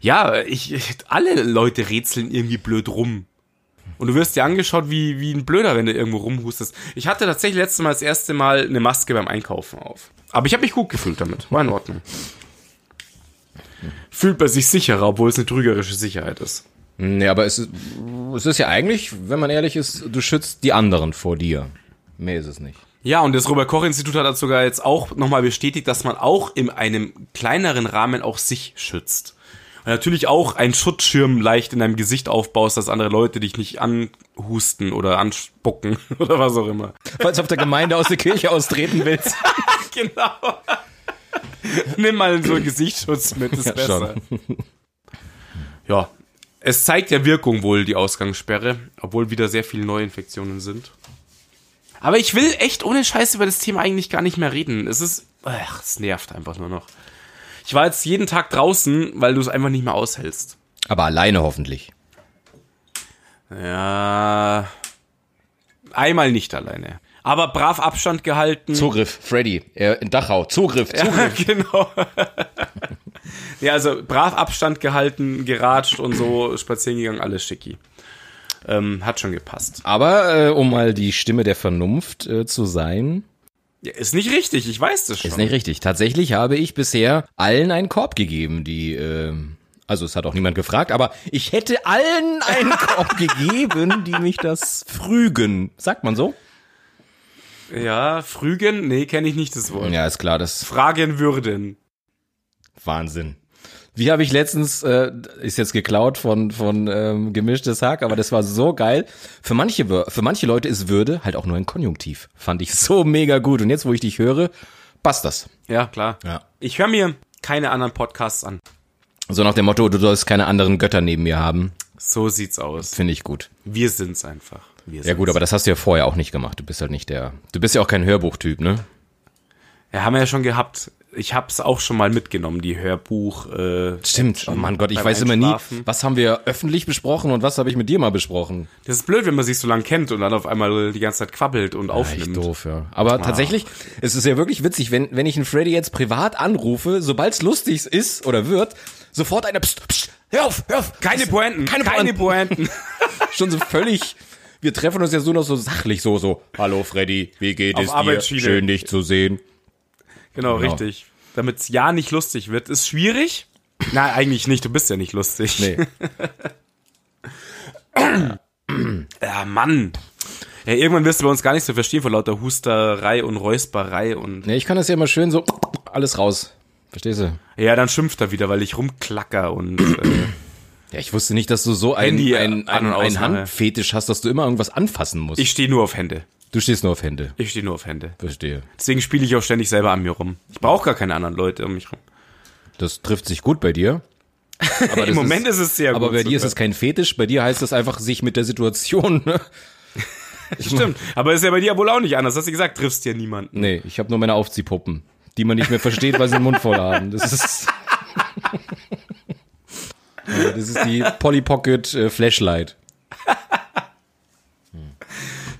Ja, ich, ich alle Leute rätseln irgendwie blöd rum. Und du wirst dir angeschaut wie, wie ein Blöder, wenn du irgendwo rumhustest. Ich hatte tatsächlich letztes Mal das erste Mal eine Maske beim Einkaufen auf. Aber ich habe mich gut gefühlt damit. War in Ordnung. Fühlt man sich sicherer, obwohl es eine trügerische Sicherheit ist.
Nee, aber es ist, es ist ja eigentlich, wenn man ehrlich ist, du schützt die anderen vor dir. Mehr ist es nicht.
Ja, und das Robert-Koch-Institut hat das sogar jetzt auch nochmal bestätigt, dass man auch in einem kleineren Rahmen auch sich schützt. Und natürlich auch einen Schutzschirm leicht in deinem Gesicht aufbaust, dass andere Leute dich nicht anhusten oder anspucken (laughs) oder was auch immer.
Falls du auf der Gemeinde aus der Kirche austreten willst.
Genau. Nimm mal so einen Gesichtsschutz mit, ist
Ja,
besser. Ja, es zeigt ja Wirkung wohl, die Ausgangssperre, obwohl wieder sehr viele Neuinfektionen sind. Aber ich will echt ohne Scheiß über das Thema eigentlich gar nicht mehr reden. Es ist, ach, es nervt einfach nur noch. Ich war jetzt jeden Tag draußen, weil du es einfach nicht mehr aushältst.
Aber alleine hoffentlich.
Ja. Einmal nicht alleine. Aber brav Abstand gehalten.
Zugriff, Freddy, äh, in Dachau. Zugriff, Zugriff.
genau. (laughs) ja, also brav Abstand gehalten, geratscht und so, spazieren gegangen, alles schicki. Ähm, hat schon gepasst.
Aber äh, um mal die Stimme der Vernunft äh, zu sein,
Ja, ist nicht richtig, ich weiß das schon.
ist nicht richtig. Tatsächlich habe ich bisher allen einen Korb gegeben, die äh, also es hat auch niemand gefragt, aber ich hätte allen einen Korb gegeben, die mich das frügen. Sagt man so?
Ja, frügen? Nee, kenne ich nicht das Wort.
Ja, ist klar, das
Fragen würden.
Wahnsinn. Wie habe ich letztens, äh, ist jetzt geklaut von, von ähm, gemischtes Hack, aber das war so geil. Für manche, Wör- für manche Leute ist Würde halt auch nur ein Konjunktiv. Fand ich so mega gut. Und jetzt, wo ich dich höre, passt das.
Ja, klar.
Ja.
Ich höre mir keine anderen Podcasts an.
So nach dem Motto, du sollst keine anderen Götter neben mir haben,
So sieht's aus.
finde ich gut.
Wir sind's einfach. Wir
Ja gut, aber das hast du ja vorher auch nicht gemacht. Du bist halt nicht der, du bist ja auch kein Hörbuchtyp, ne?
Ja, haben wir ja schon gehabt. Ich hab's auch schon mal mitgenommen, die Hörbuch. Äh,
Stimmt. Oh mein Gott, ich
Beim
weiß immer nie,
Einschlafen.
was haben wir öffentlich besprochen und was habe ich mit dir mal besprochen.
das ist blöd, wenn man sich so lang kennt und dann auf einmal die ganze Zeit quabbelt und
Echt
aufnimmt.
doof, ja.
Ah.
Aber tatsächlich, es ist ja wirklich witzig, wenn, wenn ich einen Freddy jetzt privat anrufe, sobald's lustig ist oder wird, sofort einer, pst, pst, hör auf, hör auf.
Keine
Das-
Pointen,
Keine, Pointen. (laughs)
Pointen.
Schon so völlig, wir treffen uns ja so noch so sachlich, so, so, hallo Freddy, wie geht
Auf
es dir?
Arbeitsschiene.
Schön, dich zu sehen.
genau,
Genau.
richtig. Damit es ja nicht lustig wird, ist schwierig. Nein, eigentlich nicht. Du bist ja nicht lustig.
Nee.
(laughs) Ja, Mann. Ja, irgendwann wirst du bei uns gar nicht so verstehen vor lauter Husterei und Räusperei und.
nee, ich kann das ja immer schön so, alles raus. Verstehst du?
Ja, dann schimpft er wieder, weil ich rumklacker und.
(clears throat)
Äh,
Ja, ich wusste nicht, dass du so ein,
Handy, äh, an-
ein,
und
ein, ein
ausmache.
Handfetisch hast, dass du immer irgendwas anfassen musst.
ich stehe nur auf Hände.
du stehst nur auf Hände.
Ich stehe nur auf Hände.
Verstehe.
Deswegen spiele ich auch ständig selber an mir rum. Ich brauche gar keine anderen Leute um mich rum.
Das trifft sich gut
(laughs)
bei dir. Aber das
Im Moment ist es sehr gut.
Aber bei dir ist
sogar.
es kein Fetisch, bei dir heißt es einfach sich mit der Situation. (laughs) Ne?
Stimmt. Aber ist ja bei dir wohl auch nicht anders. Hast du gesagt, triffst dir niemanden.
Nee, ich habe nur meine Aufziehpuppen, die man nicht mehr versteht, weil sie den Mund voll haben. Das ist (laughs) Also das ist die Polly Pocket äh, Flashlight.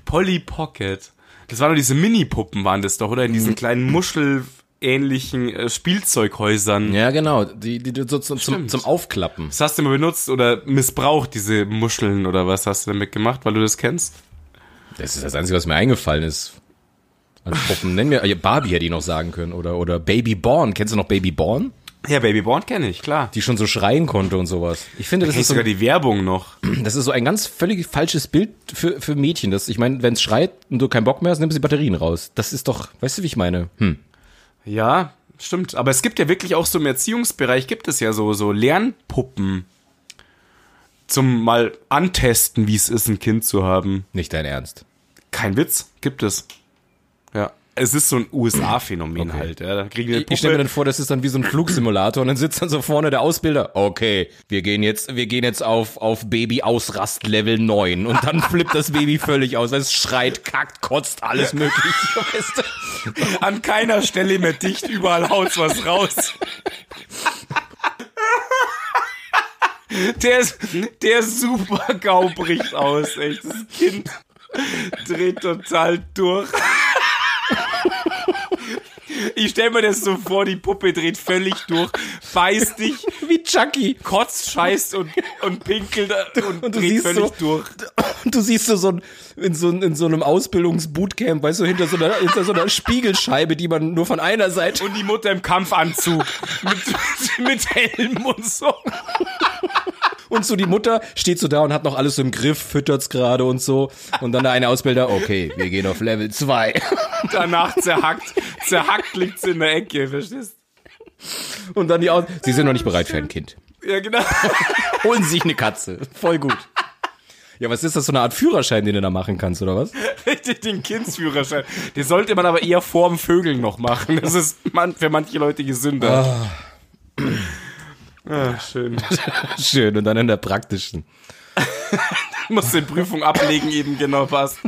Polly Pocket. Das waren doch diese Mini-Puppen, waren das doch, oder? In diesen kleinen Muschel-ähnlichen äh, Spielzeughäusern.
Ja, genau, die die du so zum, zum,
Stimmt.
zum Aufklappen.
Was hast du immer benutzt oder missbraucht, diese Muscheln oder was hast du damit gemacht, weil du das kennst?
Das ist das Einzige, was mir eingefallen ist. An Puppen nennen wir. Barbie hätte ich noch sagen können. Oder, oder Baby Born. Kennst du noch Baby Born?
Ja, Baby Born kenne ich, klar.
Die schon so schreien konnte und sowas. Ich finde, das
Kenne ich
ist so
sogar die Werbung noch.
Das ist so ein ganz völlig falsches Bild für, für Mädchen. Das, ich meine, wenn es schreit und du keinen Bock mehr hast, nimmst du die Batterien raus. Das ist doch, weißt du, wie ich meine? Hm.
Ja, stimmt. Aber es gibt ja wirklich auch so im Erziehungsbereich gibt es ja so, so Lernpuppen. Zum mal antesten, wie es ist, ein Kind zu haben.
Nicht dein Ernst.
Kein Witz, gibt es. Ja. Es ist so ein USA-Phänomen
Okay.
halt. Ja. Da kriegen die eine
Ich, ich stelle mir
Puppe.
dann vor, das ist dann wie so ein Flugsimulator und dann sitzt dann so vorne der Ausbilder. Okay, wir gehen jetzt, wir gehen jetzt auf, auf Baby-Ausrast Level 9 und dann flippt das Baby völlig aus. Es schreit, kackt, kotzt, alles mögliche. (laughs) Weißt du?
An keiner Stelle mehr dicht, überall haut's was raus. Der ist, der ist super Gau bricht aus, echt. Das Kind dreht total durch. Ich stell mir das so vor, die Puppe dreht völlig durch, beißt dich,
Wie Chucky.
kotzt, scheißt und, und pinkelt und,
Und du
dreht
siehst
völlig
so,
durch.
Und du siehst so, so ein, in, so ein, in so einem Ausbildungsbootcamp, weißt du, hinter so, einer, hinter so einer Spiegelscheibe, die man nur von einer Seite.
Und die Mutter im Kampfanzug mit, mit Helm und so.
Und so die Mutter steht so da und hat noch alles so im Griff, füttert's gerade und so. Und dann der eine Ausbilder, okay, wir gehen auf Level 2.
danach zerhackt. Zerhackt liegt sie in der Ecke, verstehst
Und dann die Aus. Sie sind noch nicht bereit für ein Kind.
du? Ja, genau. (laughs)
Holen Sie sich eine Katze. Voll gut. Ja, was ist das, so eine Art Führerschein, den du da machen kannst, oder was?
Richtig den Kindsführerschein. Den sollte man aber eher vorm Vögeln noch machen. Das ist man, für manche Leute gesünder. Ah, schön.
Schön, und dann in der praktischen.
Muss die Prüfung ablegen, eben genau passt.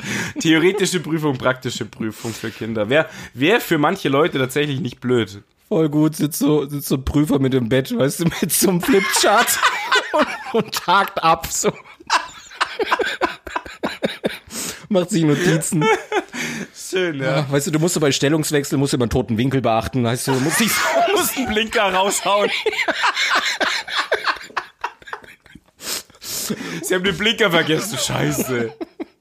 Theoretische Prüfung, praktische Prüfung für Kinder. Wäre wär für manche Leute tatsächlich nicht blöd.
Voll gut, sitzt so, sitzt so ein Prüfer mit dem Bett, weißt du, mit so einem Flipchart und, und hakt ab, so. Macht sich Notizen.
Schön, ja.
Ach, Weißt du, du musst so bei Stellungswechsel, musst du immer einen toten Winkel beachten, weißt du, du musst dich so
Muss einen Blinker raushauen. Sie haben den Blinker vergessen, scheiße.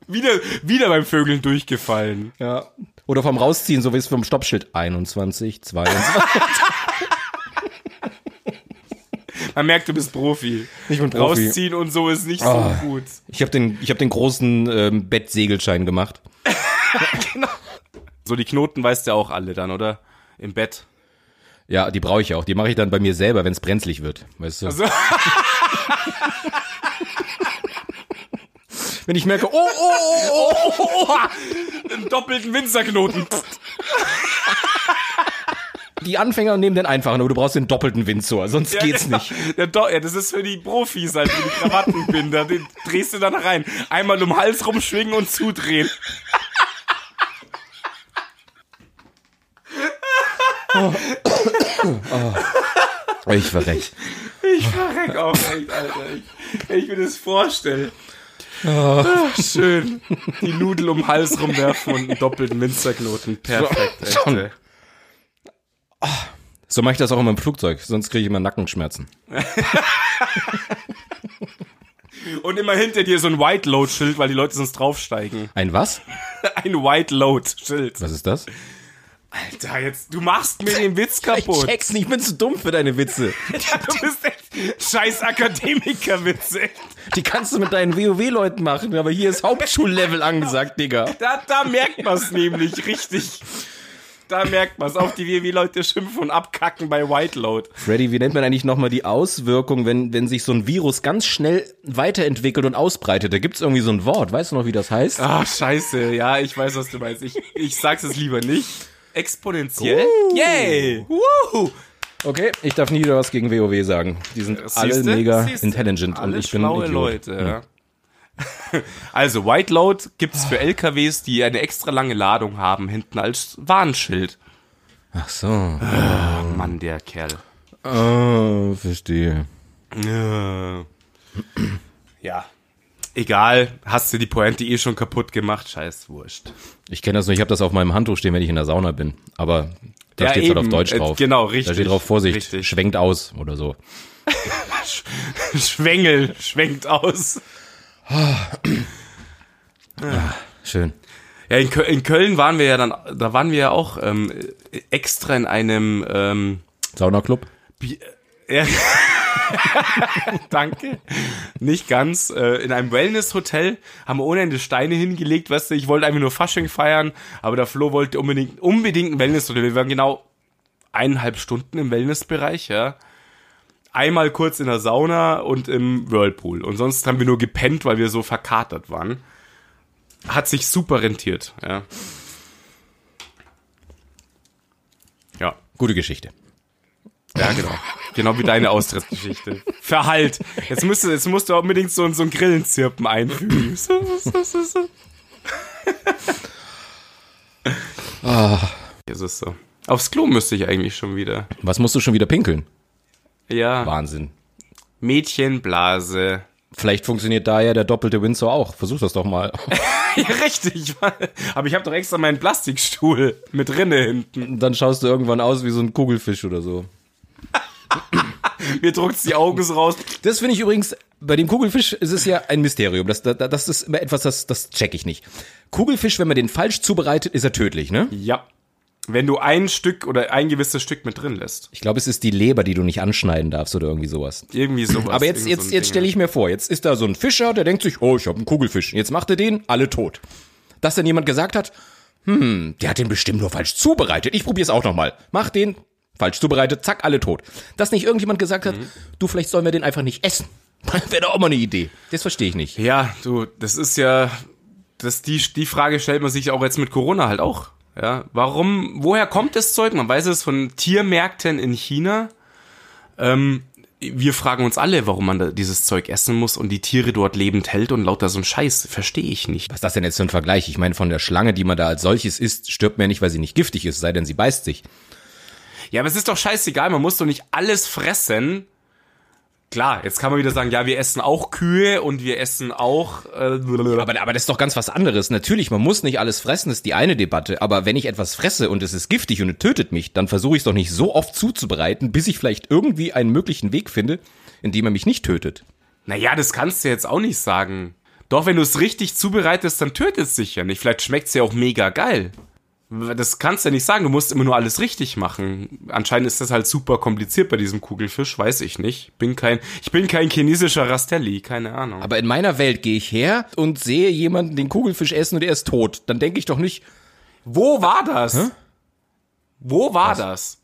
Wieder, wieder beim Vögeln durchgefallen.
Ja. Oder vom Rausziehen, so wie es vom Stoppschild 21, 22.
Man merkt, du bist Profi.
Ich bin Profi.
Rausziehen und so ist nicht
Ah.
so gut.
Ich habe den, ich hab den großen ähm, Bettsegelschein gemacht.
So, die Knoten weißt ja auch alle dann, oder? Im Bett.
Ja, die brauche ich auch. Die mache ich dann bei mir selber, wenn es brenzlig wird. Weißt du? wenn ich merke, oh, oh, oh, oh.
Im doppelten Winzerknoten.
Die Anfänger nehmen den einfachen, aber du brauchst den doppelten Windsor, sonst geht's
genau.
nicht.
Der Do ja, das ist für die Profis halt, für die Krawattenbinder. Den drehst du dann rein. Einmal um den Hals rumschwingen und zudrehen.
Ich war recht.
Ich verreck auch echt, Alter. Ich, ich will das vorstellen. Ach, schön. Die Nudel um den Hals rumwerfen und einen doppelten Minzerknoten. Perfekt, echt.
Schon. So mache ich das auch immer im Flugzeug, sonst kriege ich immer Nackenschmerzen.
Und immer hinter dir so ein White Load-Schild, weil die Leute sonst draufsteigen.
Ein was?
Ein White Load-Schild.
Was ist das?
Alter, jetzt, du machst mir den (laughs) Witz kaputt.
nicht, ich bin zu dumm für deine Witze.
Du bist echt scheiß Akademiker-Witze.
Die kannst du mit deinen WoW-Leuten machen, aber hier ist Hauptschullevel angesagt, Digga.
Da, da merkt man es nämlich, richtig. Da merkt man es. Auch die wie Leute schimpfen und abkacken bei White Load.
Freddy, wie nennt man eigentlich nochmal die Auswirkung, wenn, wenn sich so ein Virus ganz schnell weiterentwickelt und ausbreitet? Da gibt's irgendwie so ein Wort. Weißt du noch, wie das heißt?
Ah, scheiße. Ja, ich weiß, was du meinst. Ich, ich sag's es lieber nicht. Exponentiell?
Uh.
Yay! Woo.
Okay, ich darf nie wieder was gegen WoW sagen. Die sind alle
Siehste?
mega
Siehste?
intelligent
Alle
und ich bin ein
schlaue
Idiot.
Leute. Ja. (laughs) Also, White Load gibt's für LKWs, die eine extra lange Ladung haben, hinten als Warnschild.
Ach so.
Mann, der Kerl.
Oh, verstehe.
Ja. Egal, hast du die Pointe eh schon kaputt gemacht, scheiß Wurscht. (laughs)
Ich kenne das nur, ich habe das auf meinem Handtuch stehen, wenn ich in der Sauna bin. Aber da
Ja,
steht's halt auf
eben.
Deutsch
Äh,
drauf.
genau,
Da
richtig,
steht drauf Vorsicht,
richtig.
schwenkt aus oder so.
Schwengel schwenkt aus.
Schön.
Ja, in, Kö in Köln waren wir ja dann, da waren wir ja auch ähm, extra in einem ähm,
Saunaclub.
Bi ja. (laughs) Danke. Nicht ganz. Äh, in einem Wellness-Hotel haben wir ohne Ende Steine hingelegt, weißt du, ich wollte einfach nur Fasching feiern, aber der Flo wollte unbedingt, unbedingt ein Wellness-Hotel. Wir waren genau eineinhalb Stunden im Wellness-Bereich, ja. Einmal kurz in der Sauna und im Whirlpool. Und sonst haben wir nur gepennt, weil wir so verkatert waren. Hat sich super rentiert, ja. Ja.
Gute Geschichte.
Ja, genau. Genau wie deine
(laughs)
Austrittsgeschichte. Verhalt. Jetzt musst du, jetzt musst du unbedingt so, so ein Grillenzirpen einfügen.
Ah,
Jetzt ist so. Aufs Klo müsste ich eigentlich schon wieder.
was musst du schon wieder pinkeln?
Ja.
Wahnsinn.
Mädchenblase. (laughs)
Vielleicht funktioniert da ja der doppelte Windsor auch. Versuch das doch mal. (laughs)
Ja, richtig. Aber ich habe doch extra meinen Plastikstuhl mit Rinne hinten.
Dann schaust du irgendwann aus wie so ein Kugelfisch oder so.
Mir druckt's die Augen so raus.
Das finde ich übrigens, bei dem Kugelfisch ist es ja ein Mysterium. Das, das, das ist immer etwas, das, das check ich nicht. Kugelfisch, wenn man den falsch zubereitet, ist er tödlich, ne?
Ja. Wenn du ein Stück oder ein gewisses Stück mit drin lässt.
Ich glaube, es ist die Leber, die du nicht anschneiden darfst oder irgendwie sowas.
Irgendwie sowas.
Aber
Irgend
jetzt,
so
jetzt,
ein
jetzt
Ding.
stelle ich mir vor, jetzt ist da so ein Fischer, der denkt sich, oh, ich habe einen Kugelfisch. Jetzt macht er den, alle tot. Dass dann jemand gesagt hat, hm, der hat den bestimmt nur falsch zubereitet. Ich probiere es auch nochmal. Mach den, falsch zubereitet, zack, alle tot. Dass nicht irgendjemand gesagt
Mhm.
hat, du, vielleicht sollen wir den einfach nicht essen. (laughs) Wäre doch auch mal eine Idee. Das verstehe ich nicht.
Ja, du, das ist ja, das, die, die Frage stellt man sich auch jetzt mit Corona halt auch. Ja, warum, woher kommt das Zeug? Man weiß es von Tiermärkten in China. Ähm, wir fragen uns alle, warum man da dieses Zeug essen muss und die Tiere dort lebend hält und lauter so ein Scheiß. Verstehe ich nicht.
Was ist das denn jetzt für ein Vergleich? Ich meine, von der Schlange, die man da als solches isst, stirbt man ja nicht, weil sie nicht giftig ist, sei denn sie beißt sich.
Ja, aber es ist doch scheißegal, man muss doch nicht alles fressen. Klar, jetzt kann man wieder sagen, ja, wir essen auch Kühe und wir essen auch. Äh,
Aber, aber das ist doch ganz was anderes. Natürlich, man muss nicht alles fressen, ist die eine Debatte. Aber wenn ich etwas fresse und es ist giftig und es tötet mich, dann versuche ich es doch nicht so oft zuzubereiten, bis ich vielleicht irgendwie einen möglichen Weg finde, in dem er mich nicht tötet.
Naja, das kannst du jetzt auch nicht sagen. Doch, wenn du es richtig zubereitest, dann tötet es dich ja nicht. Vielleicht schmeckt es ja auch mega geil. Das kannst du ja nicht sagen. Du musst immer nur alles richtig machen. Anscheinend ist das halt super kompliziert bei diesem Kugelfisch. Weiß ich nicht. Bin kein, ich bin kein chinesischer Rastelli. Keine Ahnung.
Aber in meiner Welt gehe ich her und sehe jemanden den Kugelfisch essen und er ist tot. Dann denke ich doch nicht,
wo war das? Wo war das?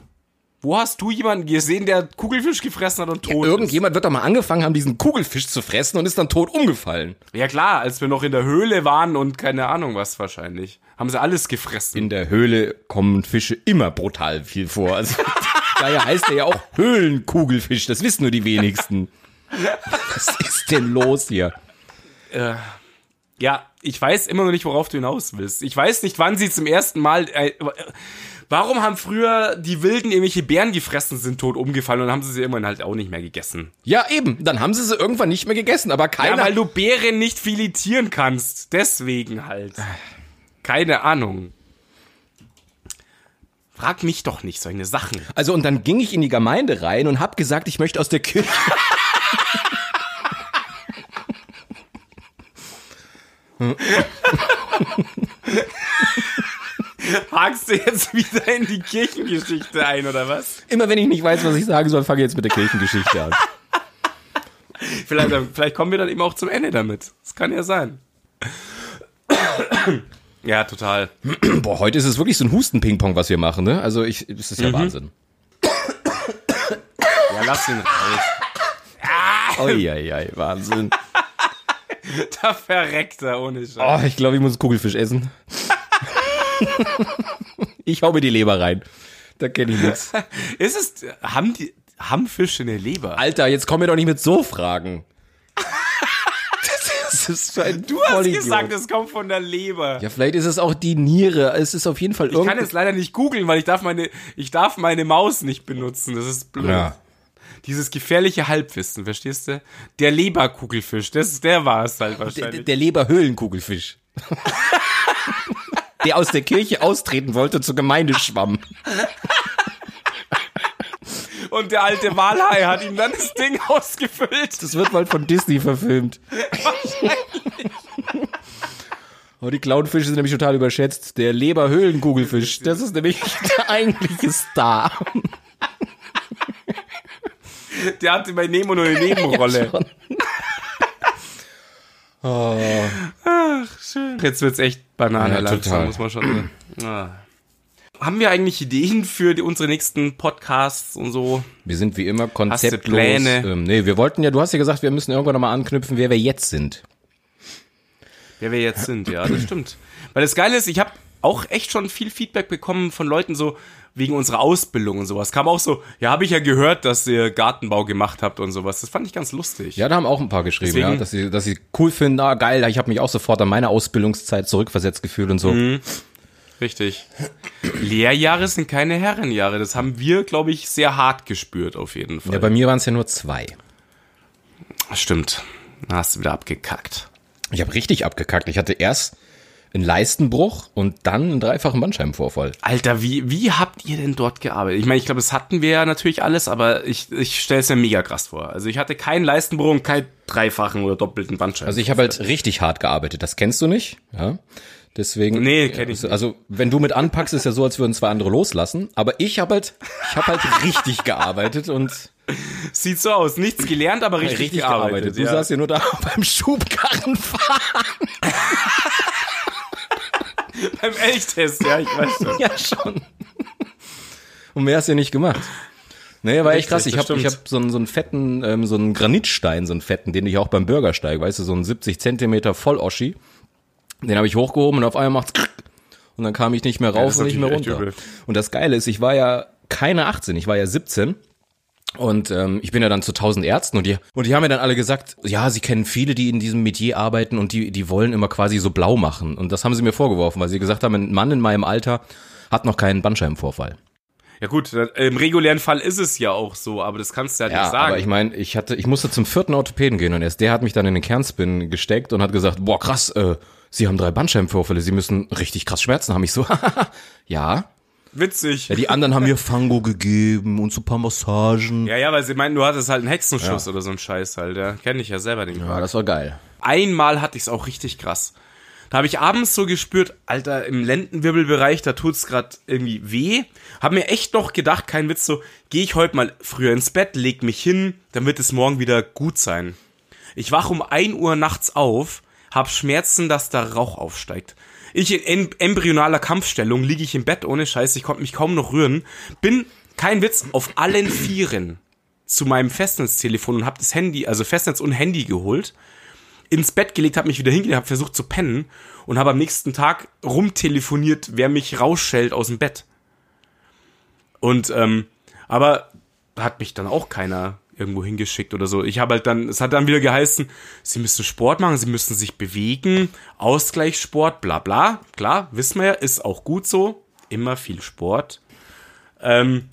Wo hast du jemanden gesehen, der Kugelfisch gefressen hat und tot ist?
irgendjemand wird doch mal angefangen haben, diesen Kugelfisch zu fressen und ist dann tot umgefallen.
Ja klar, als wir noch in der Höhle waren und keine Ahnung was wahrscheinlich. Haben sie alles gefressen.
In der Höhle kommen Fische immer brutal viel vor. Also, (laughs) daher heißt er ja auch Höhlenkugelfisch. Das wissen nur die wenigsten. Was ist denn los hier?
Ja, ich weiß immer noch nicht, worauf du hinaus willst. Ich weiß nicht, wann sie zum ersten Mal. Äh, warum haben früher die Wilden irgendwelche Bären gefressen, sind tot umgefallen und haben sie sie irgendwann halt auch nicht mehr gegessen?
Ja, eben. Dann haben sie sie irgendwann nicht mehr gegessen. Aber
Ja,
keiner.
weil du Bären nicht filetieren kannst. Deswegen halt. Keine Ahnung. Frag mich doch nicht solche Sachen.
also, und dann ging ich in die Gemeinde rein und hab gesagt, ich möchte aus der Kirche.
Hakst du jetzt (laughs) wieder in die Kirchengeschichte ein, oder was?
Immer wenn ich nicht weiß, was ich sagen soll, fange ich jetzt mit der Kirchengeschichte an.
Vielleicht, äh, vielleicht kommen wir dann eben auch zum Ende damit. Das kann ja sein. Ja, total.
Boah, heute ist es wirklich so ein Husten-Ping-Pong, was wir machen, ne? Also, ich, das
Mhm.
ist ja Wahnsinn.
Ja, lass ihn raus.
Uiuiui, Wahnsinn.
(laughs) Da verreckt er ohne Scheiß.
Oh, ich glaube, ich muss Kugelfisch essen. ich hau mir die Leber rein. Da kenne ich nichts.
Oh. Ist es, haben die, haben Fische eine Leber?
Alter, jetzt komm mir doch nicht mit so Fragen. das ist so ein
Du hast
Vollidiot.
gesagt, es kommt von der Leber.
Ja, vielleicht ist es auch die Niere. Es ist auf jeden Fall
ich kann
irgendwas.
es leider nicht googeln, weil ich darf meine, ich darf meine Maus nicht benutzen. Das ist blöd.
Ja.
Dieses gefährliche Halbwissen, verstehst du? Der Leberkugelfisch, das, der war es halt
Der,
wahrscheinlich. (laughs)
der Leberhöhlenkugelfisch. der aus der Kirche austreten wollte, zur Gemeinde schwamm.
Und der alte Walhai hat ihm dann das Ding (laughs) ausgefüllt.
Das wird mal von Disney verfilmt. Und Oh, die Clownfische sind nämlich total überschätzt. Der Leberhöhlenkugelfisch, das ist nämlich der eigentliche Star.
Der hatte bei Nemo
(laughs)
nur eine Nebenrolle.
schon.
Jetzt wird's echt Banane
Oh. Ja,
langsam,
total.
muss man schon. Ah. Haben wir eigentlich Ideen für die, unsere nächsten Podcasts und so?
Wir sind wie immer konzeptlos.
Pläne?
Ähm, nee, wir wollten ja, du hast ja gesagt, wir müssen irgendwann nochmal anknüpfen, wer wir jetzt sind.
Wer wir jetzt sind, ja, das stimmt. Weil das Geile ist, ich habe auch echt schon viel Feedback bekommen von Leuten so wegen unserer Ausbildung und sowas. Kam auch so, ja, habe ich ja gehört, dass ihr Gartenbau gemacht habt und sowas. Das fand ich ganz lustig.
Ja, da haben auch ein paar geschrieben,
Deswegen-
ja, dass sie, dass sie cool finden, ah geil, ich habe mich auch sofort an meine Ausbildungszeit zurückversetzt gefühlt und so.
Mhm. Richtig. Lehrjahre sind keine Herrenjahre. Das haben wir, glaube ich, sehr hart gespürt auf jeden
Ja,
Fall.
bei mir waren es ja nur zwei.
stimmt. Da hast du wieder abgekackt.
Ich habe richtig abgekackt. Ich hatte erst einen Leistenbruch und dann einen dreifachen Bandscheibenvorfall.
Alter, wie, wie habt ihr denn dort gearbeitet? Ich meine, ich glaube, das hatten wir ja natürlich alles, aber ich, ich stelle es mir mega krass vor. Also ich hatte keinen Leistenbruch und keinen dreifachen oder doppelten Bandscheiben.
Also ich habe
Äh.
halt richtig hart gearbeitet. Das kennst du nicht, ja? Deswegen.
Nee, kenn ich
also, also wenn du mit anpackst, ist ja so, als würden zwei andere loslassen. Aber ich habe halt,
(laughs)
ich habe halt richtig gearbeitet und
Sieht so aus. Nichts gelernt, aber richtig,
richtig
gearbeitet.
gearbeitet. Du saßt ja nur da (laughs) beim Schubkarrenfahren.
ja. Beim Elchtest, ja, ich weiß
(laughs)
schon.
Ja schon. Und mehr hast du ja nicht gemacht. Nee, war
Richtig,
echt krass. Ich
das
habe ich
stimmt.
hab so, einen, so einen fetten, ähm, so einen Granitstein, so einen fetten, den ich auch beim Bürgersteig, weißt du, so einen 70 Zentimeter Volloschi. Den habe ich hochgehoben und auf einmal macht's (laughs) krrrk. und dann kam ich nicht mehr rauf
das ist
und nicht mehr
natürlich echt
runter.
übel.
Und das Geile ist, ich war ja keine 18, ich war ja 17. Und ähm, ich bin ja dann zu 1000 Ärzten und die, und die haben mir dann alle gesagt, ja, sie kennen viele, die in diesem Metier arbeiten und die, die wollen immer quasi so blau machen. Und das haben sie mir vorgeworfen, weil sie gesagt haben, ein Mann in meinem Alter hat noch keinen Bandscheibenvorfall.
Ja gut, im regulären Fall ist es ja auch so, aber das kannst du halt
Ja,
nicht sagen.
aber ich meine, ich hatte, ich musste zum vierten Orthopäden gehen und erst der hat mich dann in den Kernspin gesteckt und hat gesagt, boah krass, äh, Sie haben drei Bandscheibenvorfälle, Sie müssen richtig krass Schmerzen haben. Ich so, (laughs) ja.
Witzig.
ja. Die anderen haben mir Fango gegeben und so ein paar Massagen.
Ja, ja, weil sie meinen, du hattest halt einen Hexenschuss oder so einen Scheiß halt, ja. Kenn ich ja selber den
Ja, das war geil.
Einmal hatte ich es auch richtig krass. Da habe ich abends so gespürt, Alter, im Lendenwirbelbereich, da tut's grad irgendwie weh. Hab mir echt noch gedacht, kein Witz, so, gehe ich heute mal früher ins Bett, leg mich hin, dann wird es morgen wieder gut sein. Ich wach um 1 Uhr nachts auf, hab Schmerzen, dass da Rauch aufsteigt. Ich in em embryonaler Kampfstellung liege ich im Bett ohne Scheiß, ich konnte mich kaum noch rühren, bin, kein Witz, auf allen Vieren zu meinem Festnetztelefon und hab das Handy, also Festnetz und Handy geholt ins Bett gelegt, habe mich wieder hingelegt, habe versucht zu pennen und habe am nächsten Tag rumtelefoniert, wer mich rausschellt aus dem Bett. Und ähm, aber hat mich dann auch keiner irgendwo hingeschickt oder so. Ich habe halt dann, es hat dann wieder geheißen, sie müssen Sport machen, sie müssen sich bewegen, Ausgleichssport, bla bla. Klar, wissen wir ja, ist auch gut so. Immer viel Sport. Ähm,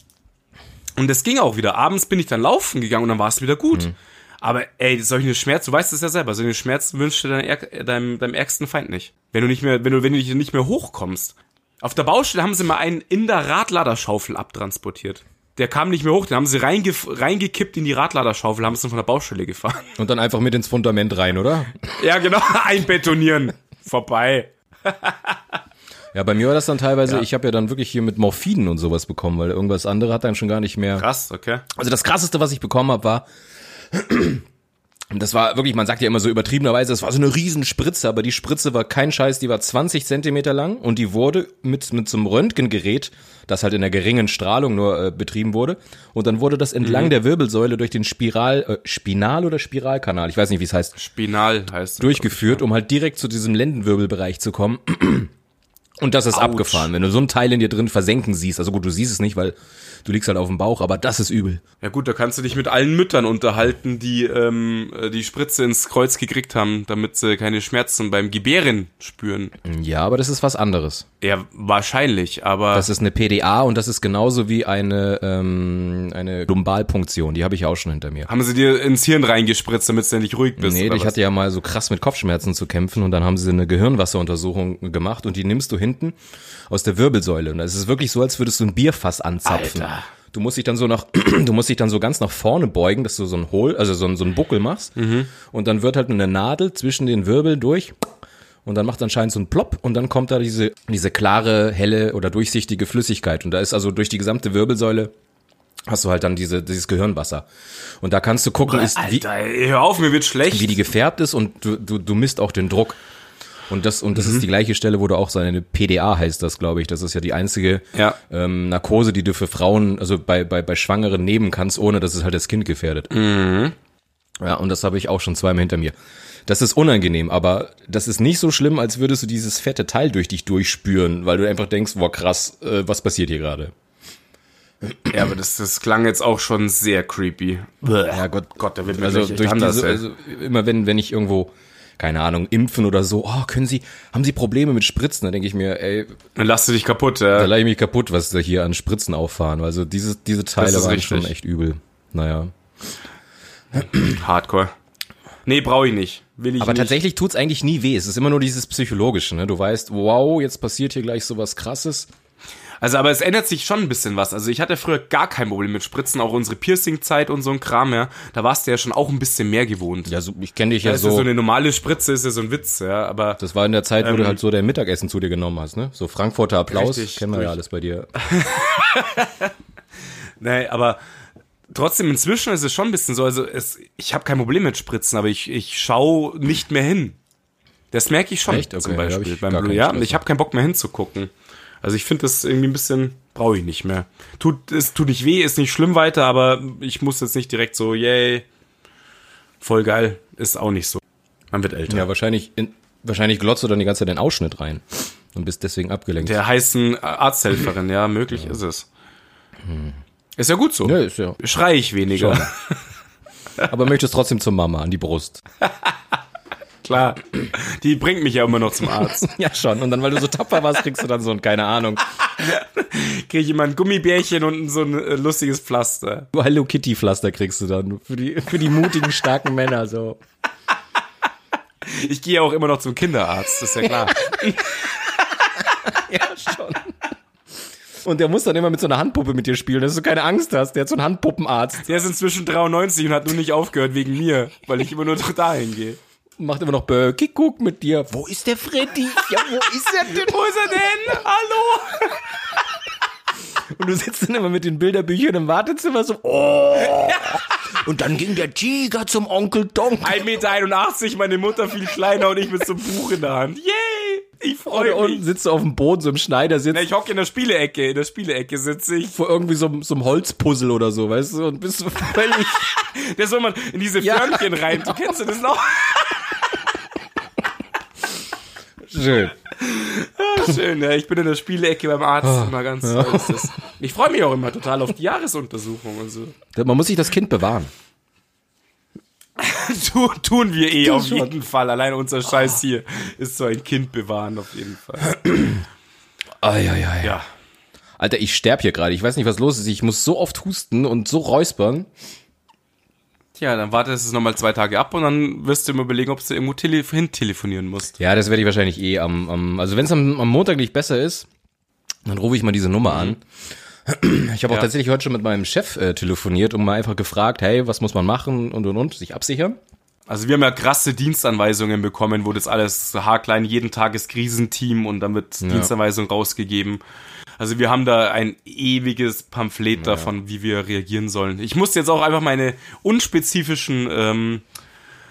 und das ging auch wieder. Abends bin ich dann laufen gegangen und dann war es wieder gut. Aber ey, solche Schmerzen, du weißt es ja selber, solche Schmerzen wünschst du deinem, ärg- deinem, deinem ärgsten Feind nicht. Wenn du nicht mehr, wenn du, wenn du dich nicht mehr hochkommst. Auf der Baustelle haben sie mal einen in der Radladerschaufel abtransportiert. Der kam nicht mehr hoch, den haben sie reinge reingekippt in die Radladerschaufel, haben sie von der Baustelle gefahren. (laughs)
Und dann einfach mit ins Fundament rein, oder?
ja, genau, (laughs) einbetonieren. Vorbei.
Ja, bei mir war das dann teilweise, ich habe ja dann wirklich hier mit Morphinen und sowas bekommen, weil irgendwas andere hat dann schon gar nicht mehr.
Krass, okay.
Also das krasseste, was ich bekommen habe, war das war wirklich, man sagt ja immer so übertriebenerweise, das war so eine riesen Spritze, aber die Spritze war kein Scheiß, die war 20 Zentimeter lang und die wurde mit, mit so einem Röntgengerät, das halt in der geringen Strahlung nur äh, betrieben wurde, und dann wurde das entlang der Wirbelsäule durch den Spiral, äh, Spinal oder Spiralkanal, ich weiß nicht, wie es heißt,
Spinal heißt es.
durchgeführt, um halt direkt zu diesem Lendenwirbelbereich zu kommen. (clears throat) Und das ist abgefahren, wenn du so ein Teil in dir drin versenken siehst. Also gut, du siehst es nicht, weil du liegst halt auf dem Bauch, aber das ist übel.
Ja gut, da kannst du dich mit allen Müttern unterhalten, die ähm, äh, die Spritze ins Kreuz gekriegt haben, damit sie keine Schmerzen beim Gebären spüren.
Ja, aber das ist was anderes.
Ja, wahrscheinlich, aber
Das ist eine PDA und das ist genauso wie eine, ähm, eine Lumbalpunktion. Die habe ich auch schon hinter mir.
haben sie dir ins Hirn reingespritzt, damit du nicht ruhig bist?
Nee,
oder
ich
was?
hatte ja mal so krass mit Kopfschmerzen zu kämpfen und dann haben sie eine Gehirnwasseruntersuchung gemacht und die nimmst du hinten aus der Wirbelsäule. Und es ist wirklich so, als würdest du ein Bierfass anzapfen.
Alter.
Du musst dich dann so nach, (clears throat) du musst dich dann so ganz nach vorne beugen, dass du so
Mhm.
ein Hohl, also so ein, so ein Buckel machst. Und dann wird halt eine Nadel zwischen den Wirbel durch Und dann macht anscheinend so ein Plop und dann kommt da diese, diese klare, helle oder durchsichtige Flüssigkeit. Und da ist also durch die gesamte Wirbelsäule hast du halt dann diese, dieses Gehirnwasser. Und da kannst du gucken, ist, wie,
Alter, ey, hör auf, mir wird schlecht.
wie die gefärbt ist und du, du, du misst auch den Druck. Und das, und das ist die gleiche Stelle, wo du auch seine PDA heißt das, glaube ich. Das ist ja die einzige
Ja.
ähm, Narkose, die du für Frauen, also bei, bei, bei Schwangeren nehmen kannst, ohne dass es halt das Kind gefährdet. Ja, und das habe ich auch schon zweimal hinter mir. Das ist unangenehm, aber das ist nicht so schlimm, als würdest du dieses fette Teil durch dich durchspüren, weil du einfach denkst, boah krass, äh, was passiert hier gerade?
ja, aber das, das klang jetzt auch schon sehr creepy. Ja,
Gott,
Gott, da wird mir
also
gleich echt
durch
anders,
diese,
ey.
also immer wenn wenn ich irgendwo keine Ahnung impfen oder so, oh, können Sie haben Sie Probleme mit Spritzen? Da denke ich mir, ey,
Dann lass du dich kaputt,
da
ja.
leih ich mich kaputt, was da hier an Spritzen auffahren. Also diese diese Teile
ist
waren
richtig.
schon echt übel. Naja,
Hardcore. Nee, brauche ich nicht. Will ich
aber
nicht.
tatsächlich tut's eigentlich nie weh. Es ist immer nur dieses psychologische, ne? Du weißt, wow, jetzt passiert hier gleich sowas krasses.
Also, aber es ändert sich schon ein bisschen was. Also, ich hatte früher gar kein Problem mit Spritzen, auch unsere Piercing-Zeit und so ein Kram, ja. Da warst du ja schon auch ein bisschen mehr gewohnt.
Ja, so, ich kenne dich ja,
Das ist ja
so.
so eine normale Spritze, ist ja so ein Witz, ja. Aber
das war in der Zeit, wo du
Ähm.
halt so dein Mittagessen zu dir genommen hast, ne? So Frankfurter Applaus,
Richtig,
kennen wir ja
durch-
alles bei dir.
Nee, aber trotzdem inzwischen ist es schon ein bisschen so, also es, ich habe kein Problem mit Spritzen, aber ich, ich schaue nicht mehr hin. Das merke ich schon
Echt? Okay,
zum
da hab
Beispiel
ich
beim
gar
Blue.
keinen
Ja,
Stress
ich habe keinen Bock mehr hinzugucken. Also ich finde das irgendwie ein bisschen brauche ich nicht mehr. Tut es tut nicht weh, ist nicht schlimm weiter, aber ich muss jetzt nicht direkt so yay voll geil ist auch nicht so. Man wird älter.
Ja, wahrscheinlich, in, wahrscheinlich glotzt du dann die ganze Zeit den Ausschnitt rein und bist deswegen abgelenkt.
Der heißen äh, Arzthelferin, ja, möglich ist es. Ist ja gut so.
Ja, ist ja.
Schrei ich weniger.
Hm. Schon. Aber möchtest trotzdem zur Mama an die Brust.
Klar. Die bringt mich ja immer noch zum (laughs) Arzt.
(laughs) Ja, schon. Und dann, weil du so tapfer warst, kriegst du dann so ein, keine Ahnung,
kriege ich immer ein Gummibärchen und so ein äh, lustiges Pflaster.
Hello Kitty Pflaster kriegst du dann für die, für die mutigen, starken Männer, so.
Ich gehe auch immer noch zum Kinderarzt, ist ja klar.
Ja, schon. Und der muss dann immer mit so einer Handpuppe mit dir spielen, dass du keine Angst hast. Der hat so einen
(laughs)
Handpuppenarzt.
Der ist inzwischen 93 und hat nur nicht aufgehört wegen mir, weil ich immer nur noch dahin gehe.
Macht immer noch Böckikuck mit dir. Wo ist der Freddy? Ja, wo ist er denn?
Wo ist er denn? Hallo?
Und du sitzt dann immer mit den Bilderbüchern im Wartezimmer so, (laughs) oh. Und dann ging der Tiger zum Onkel Donk.
1,81 Meter, meine Mutter viel kleiner und ich mit so einem Buch in der Hand. Yay! Ich
Und
freue
unten
mich.
sitzt du auf dem Boden, so im
Na,
Schneidersitz,
ich hocke in der Spielecke. In der Spielecke sitze ich.
vor irgendwie so, einem- so einem Holzpuzzle oder so, weißt du, und bist so völlig,
(laughs) Der soll man in diese
Ja,
Förmchen rein. Du kennst du das noch?
Schön.
Ja, (laughs) schön, ja. Ich bin in der Spielecke beim Arzt immer ganz. so ist das. Ah. Ich freue mich auch immer total auf die Jahresuntersuchung und so.
Man muss sich das Kind bewahren.
Tu, tun Ah. wir eh auf
schon.
jeden Fall. Allein unser Scheiß hier ist so ein Kind bewahren auf jeden Fall.
Eieiei.
Ja.
Alter, ich sterb hier gerade. Ich weiß nicht, was los ist. Ich muss so oft husten und so räuspern.
Tja, dann wartest du es nochmal zwei Tage ab und dann wirst du immer überlegen, ob du irgendwo tele hin telefonieren musst.
Ja, das werde ich wahrscheinlich eh am, am also wenn es am, am Montag nicht besser ist, dann rufe ich mal diese Nummer an. Ich habe auch
Mhm. Ja.
tatsächlich heute schon mit meinem Chef äh, telefoniert und mal einfach gefragt, hey, was muss man machen und und und, sich absichern.
Also wir haben ja krasse Dienstanweisungen bekommen, wo das alles haarklein, jeden Tag ist Krisenteam und dann wird Dienstanweisung rausgegeben. Also wir haben da ein ewiges Pamphlet davon, wie wir reagieren sollen. Ich muss jetzt auch einfach meine unspezifischen ähm,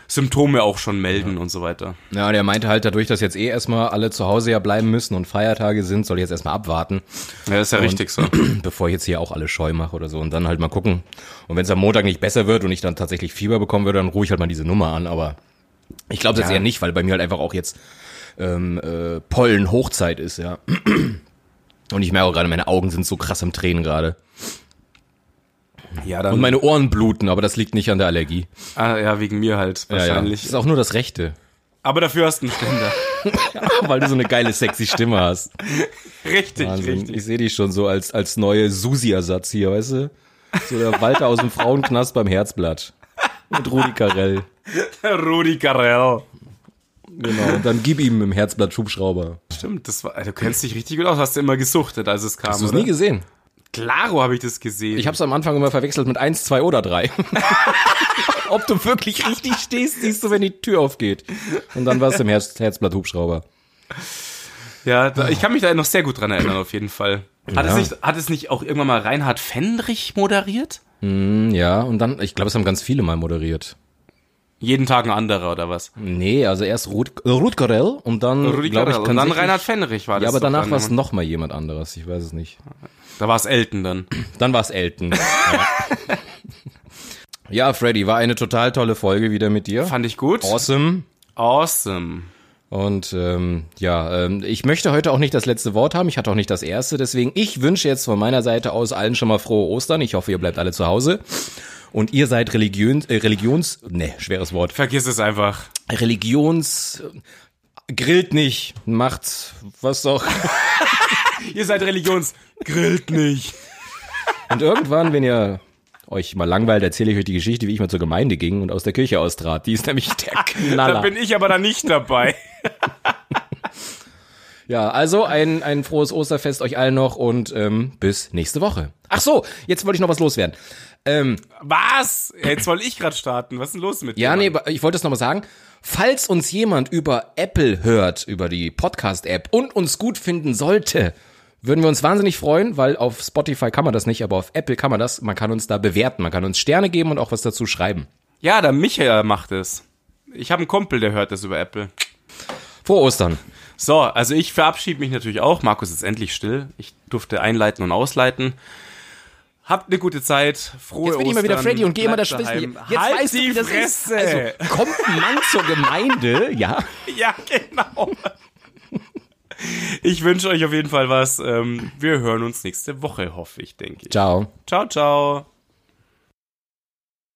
Symptome auch schon melden und so weiter.
Ja, der meinte halt dadurch, dass jetzt eh erstmal alle zu Hause ja bleiben müssen und Feiertage sind, soll ich jetzt erstmal abwarten,
Ja, ist ja richtig so.
(clears throat) bevor ich jetzt hier auch alle scheu mache oder so und dann halt mal gucken. Und wenn es am Montag nicht besser wird und ich dann tatsächlich Fieber bekommen würde, dann rufe ich halt mal diese Nummer an, aber ich glaube jetzt
Ja.
eher nicht, weil bei mir halt einfach auch jetzt ähm, äh, Pollen-Hochzeit ist, ja. (clears throat) Und ich merke auch gerade, meine Augen sind so krass am Tränen gerade.
Ja, dann
Und meine Ohren bluten, aber das liegt nicht an der Allergie.
Ah, ja, wegen mir halt
Ja, ja.
wahrscheinlich.
Das ist auch nur das Rechte.
Aber dafür hast du einen Ständer.
(laughs) Weil du so eine geile, sexy Stimme hast.
richtig,
Wahnsinn.
richtig.
Ich sehe dich schon so als, als neue Susi-Ersatz hier, weißt du? So der Walter aus dem Frauenknast beim Herzblatt. Mit Rudi Carell.
Rudi Carell.
Genau. Und dann gib ihm im Herzblatt Schubschrauber.
Stimmt, das war, du kennst dich richtig gut aus, hast du immer gesuchtet, als es kam.
Hast du es
oder?
nie gesehen?
Klaro habe ich das gesehen.
Ich habe es am Anfang immer verwechselt mit eins, zwei oder drei. (laughs) Ob du wirklich richtig stehst, siehst du, wenn die Tür aufgeht. Und dann war es im Herz Herzblatt-Hubschrauber.
ja, da, ich kann mich da noch sehr gut dran erinnern, auf jeden Fall. Hat, es
Ja.
nicht, hat es nicht auch irgendwann mal Reinhard Fendrich moderiert?
Hm, Ja, und dann, ich glaube, es haben ganz viele mal moderiert.
Jeden Tag ein anderer oder was?
Nee, also erst Rut, Rut Garell und dann,
Rudi
glaub ich,
Carrell. Und dann
tatsächlich-
Reinhard Fendrich war das.
Ja, aber
doch
danach
dann
war es
immer.
nochmal jemand anderes, ich weiß es nicht.
Da war es Elton dann.
Dann war es Elton. ja. (laughs) ja, Freddy, war eine total tolle Folge wieder mit dir.
Fand ich gut.
Awesome.
Awesome.
Und ähm, ja, ähm, ich möchte heute auch nicht das letzte Wort haben. Ich hatte auch nicht das erste. Deswegen, ich wünsche jetzt von meiner Seite aus allen schon mal frohe Ostern. Ich hoffe, ihr bleibt alle zu Hause. Und ihr seid Religions, äh, Religions, ne, schweres Wort.
Vergiss es einfach.
Religions, äh, grillt nicht, macht was auch.
Ihr seid Religions. Grillt nicht.
Und irgendwann, wenn ihr euch mal langweilt, erzähle ich euch die Geschichte, wie ich mal zur Gemeinde ging und aus der Kirche austrat. Die ist nämlich
(laughs)
der
Da
Knaller.
bin ich aber dann nicht dabei.
Ja, also ein, ein frohes Osterfest euch allen noch und ähm, bis nächste Woche. Ach so, jetzt wollte ich noch was loswerden. Ähm,
Was? Jetzt wollte ich gerade starten. Was ist denn los mit
ja,
dir?
nee,
Mann?
aber ich wollte es nochmal sagen. Falls uns jemand über Apple hört, über die Podcast-App und uns gut finden sollte, würden wir uns wahnsinnig freuen, weil auf Spotify kann man das nicht, aber auf Apple kann man das. Man kann uns da bewerten, man kann uns Sterne geben und auch was dazu schreiben.
Ja, der Michael macht es. Ich habe einen Kumpel, der hört das über Apple.
Frohe Ostern.
So, also ich verabschiede mich natürlich auch. Markus ist endlich still. Ich durfte einleiten und ausleiten. Habt eine gute Zeit. Frohe
Jetzt bin ich immer
Ostern.
wieder Freddy und gehe immer das
Bleibt
Spitzen.
daheim.
Jetzt
halt
weißt du,
die
wie das ist.
Fresse.
Also, kommt ein Mann zur Gemeinde, ja.
(laughs) Ja, genau. Ich wünsche euch auf jeden Fall was. Ähm, Wir hören uns nächste Woche, hoffe ich, denke ich.
Ciao.
Ciao, ciao.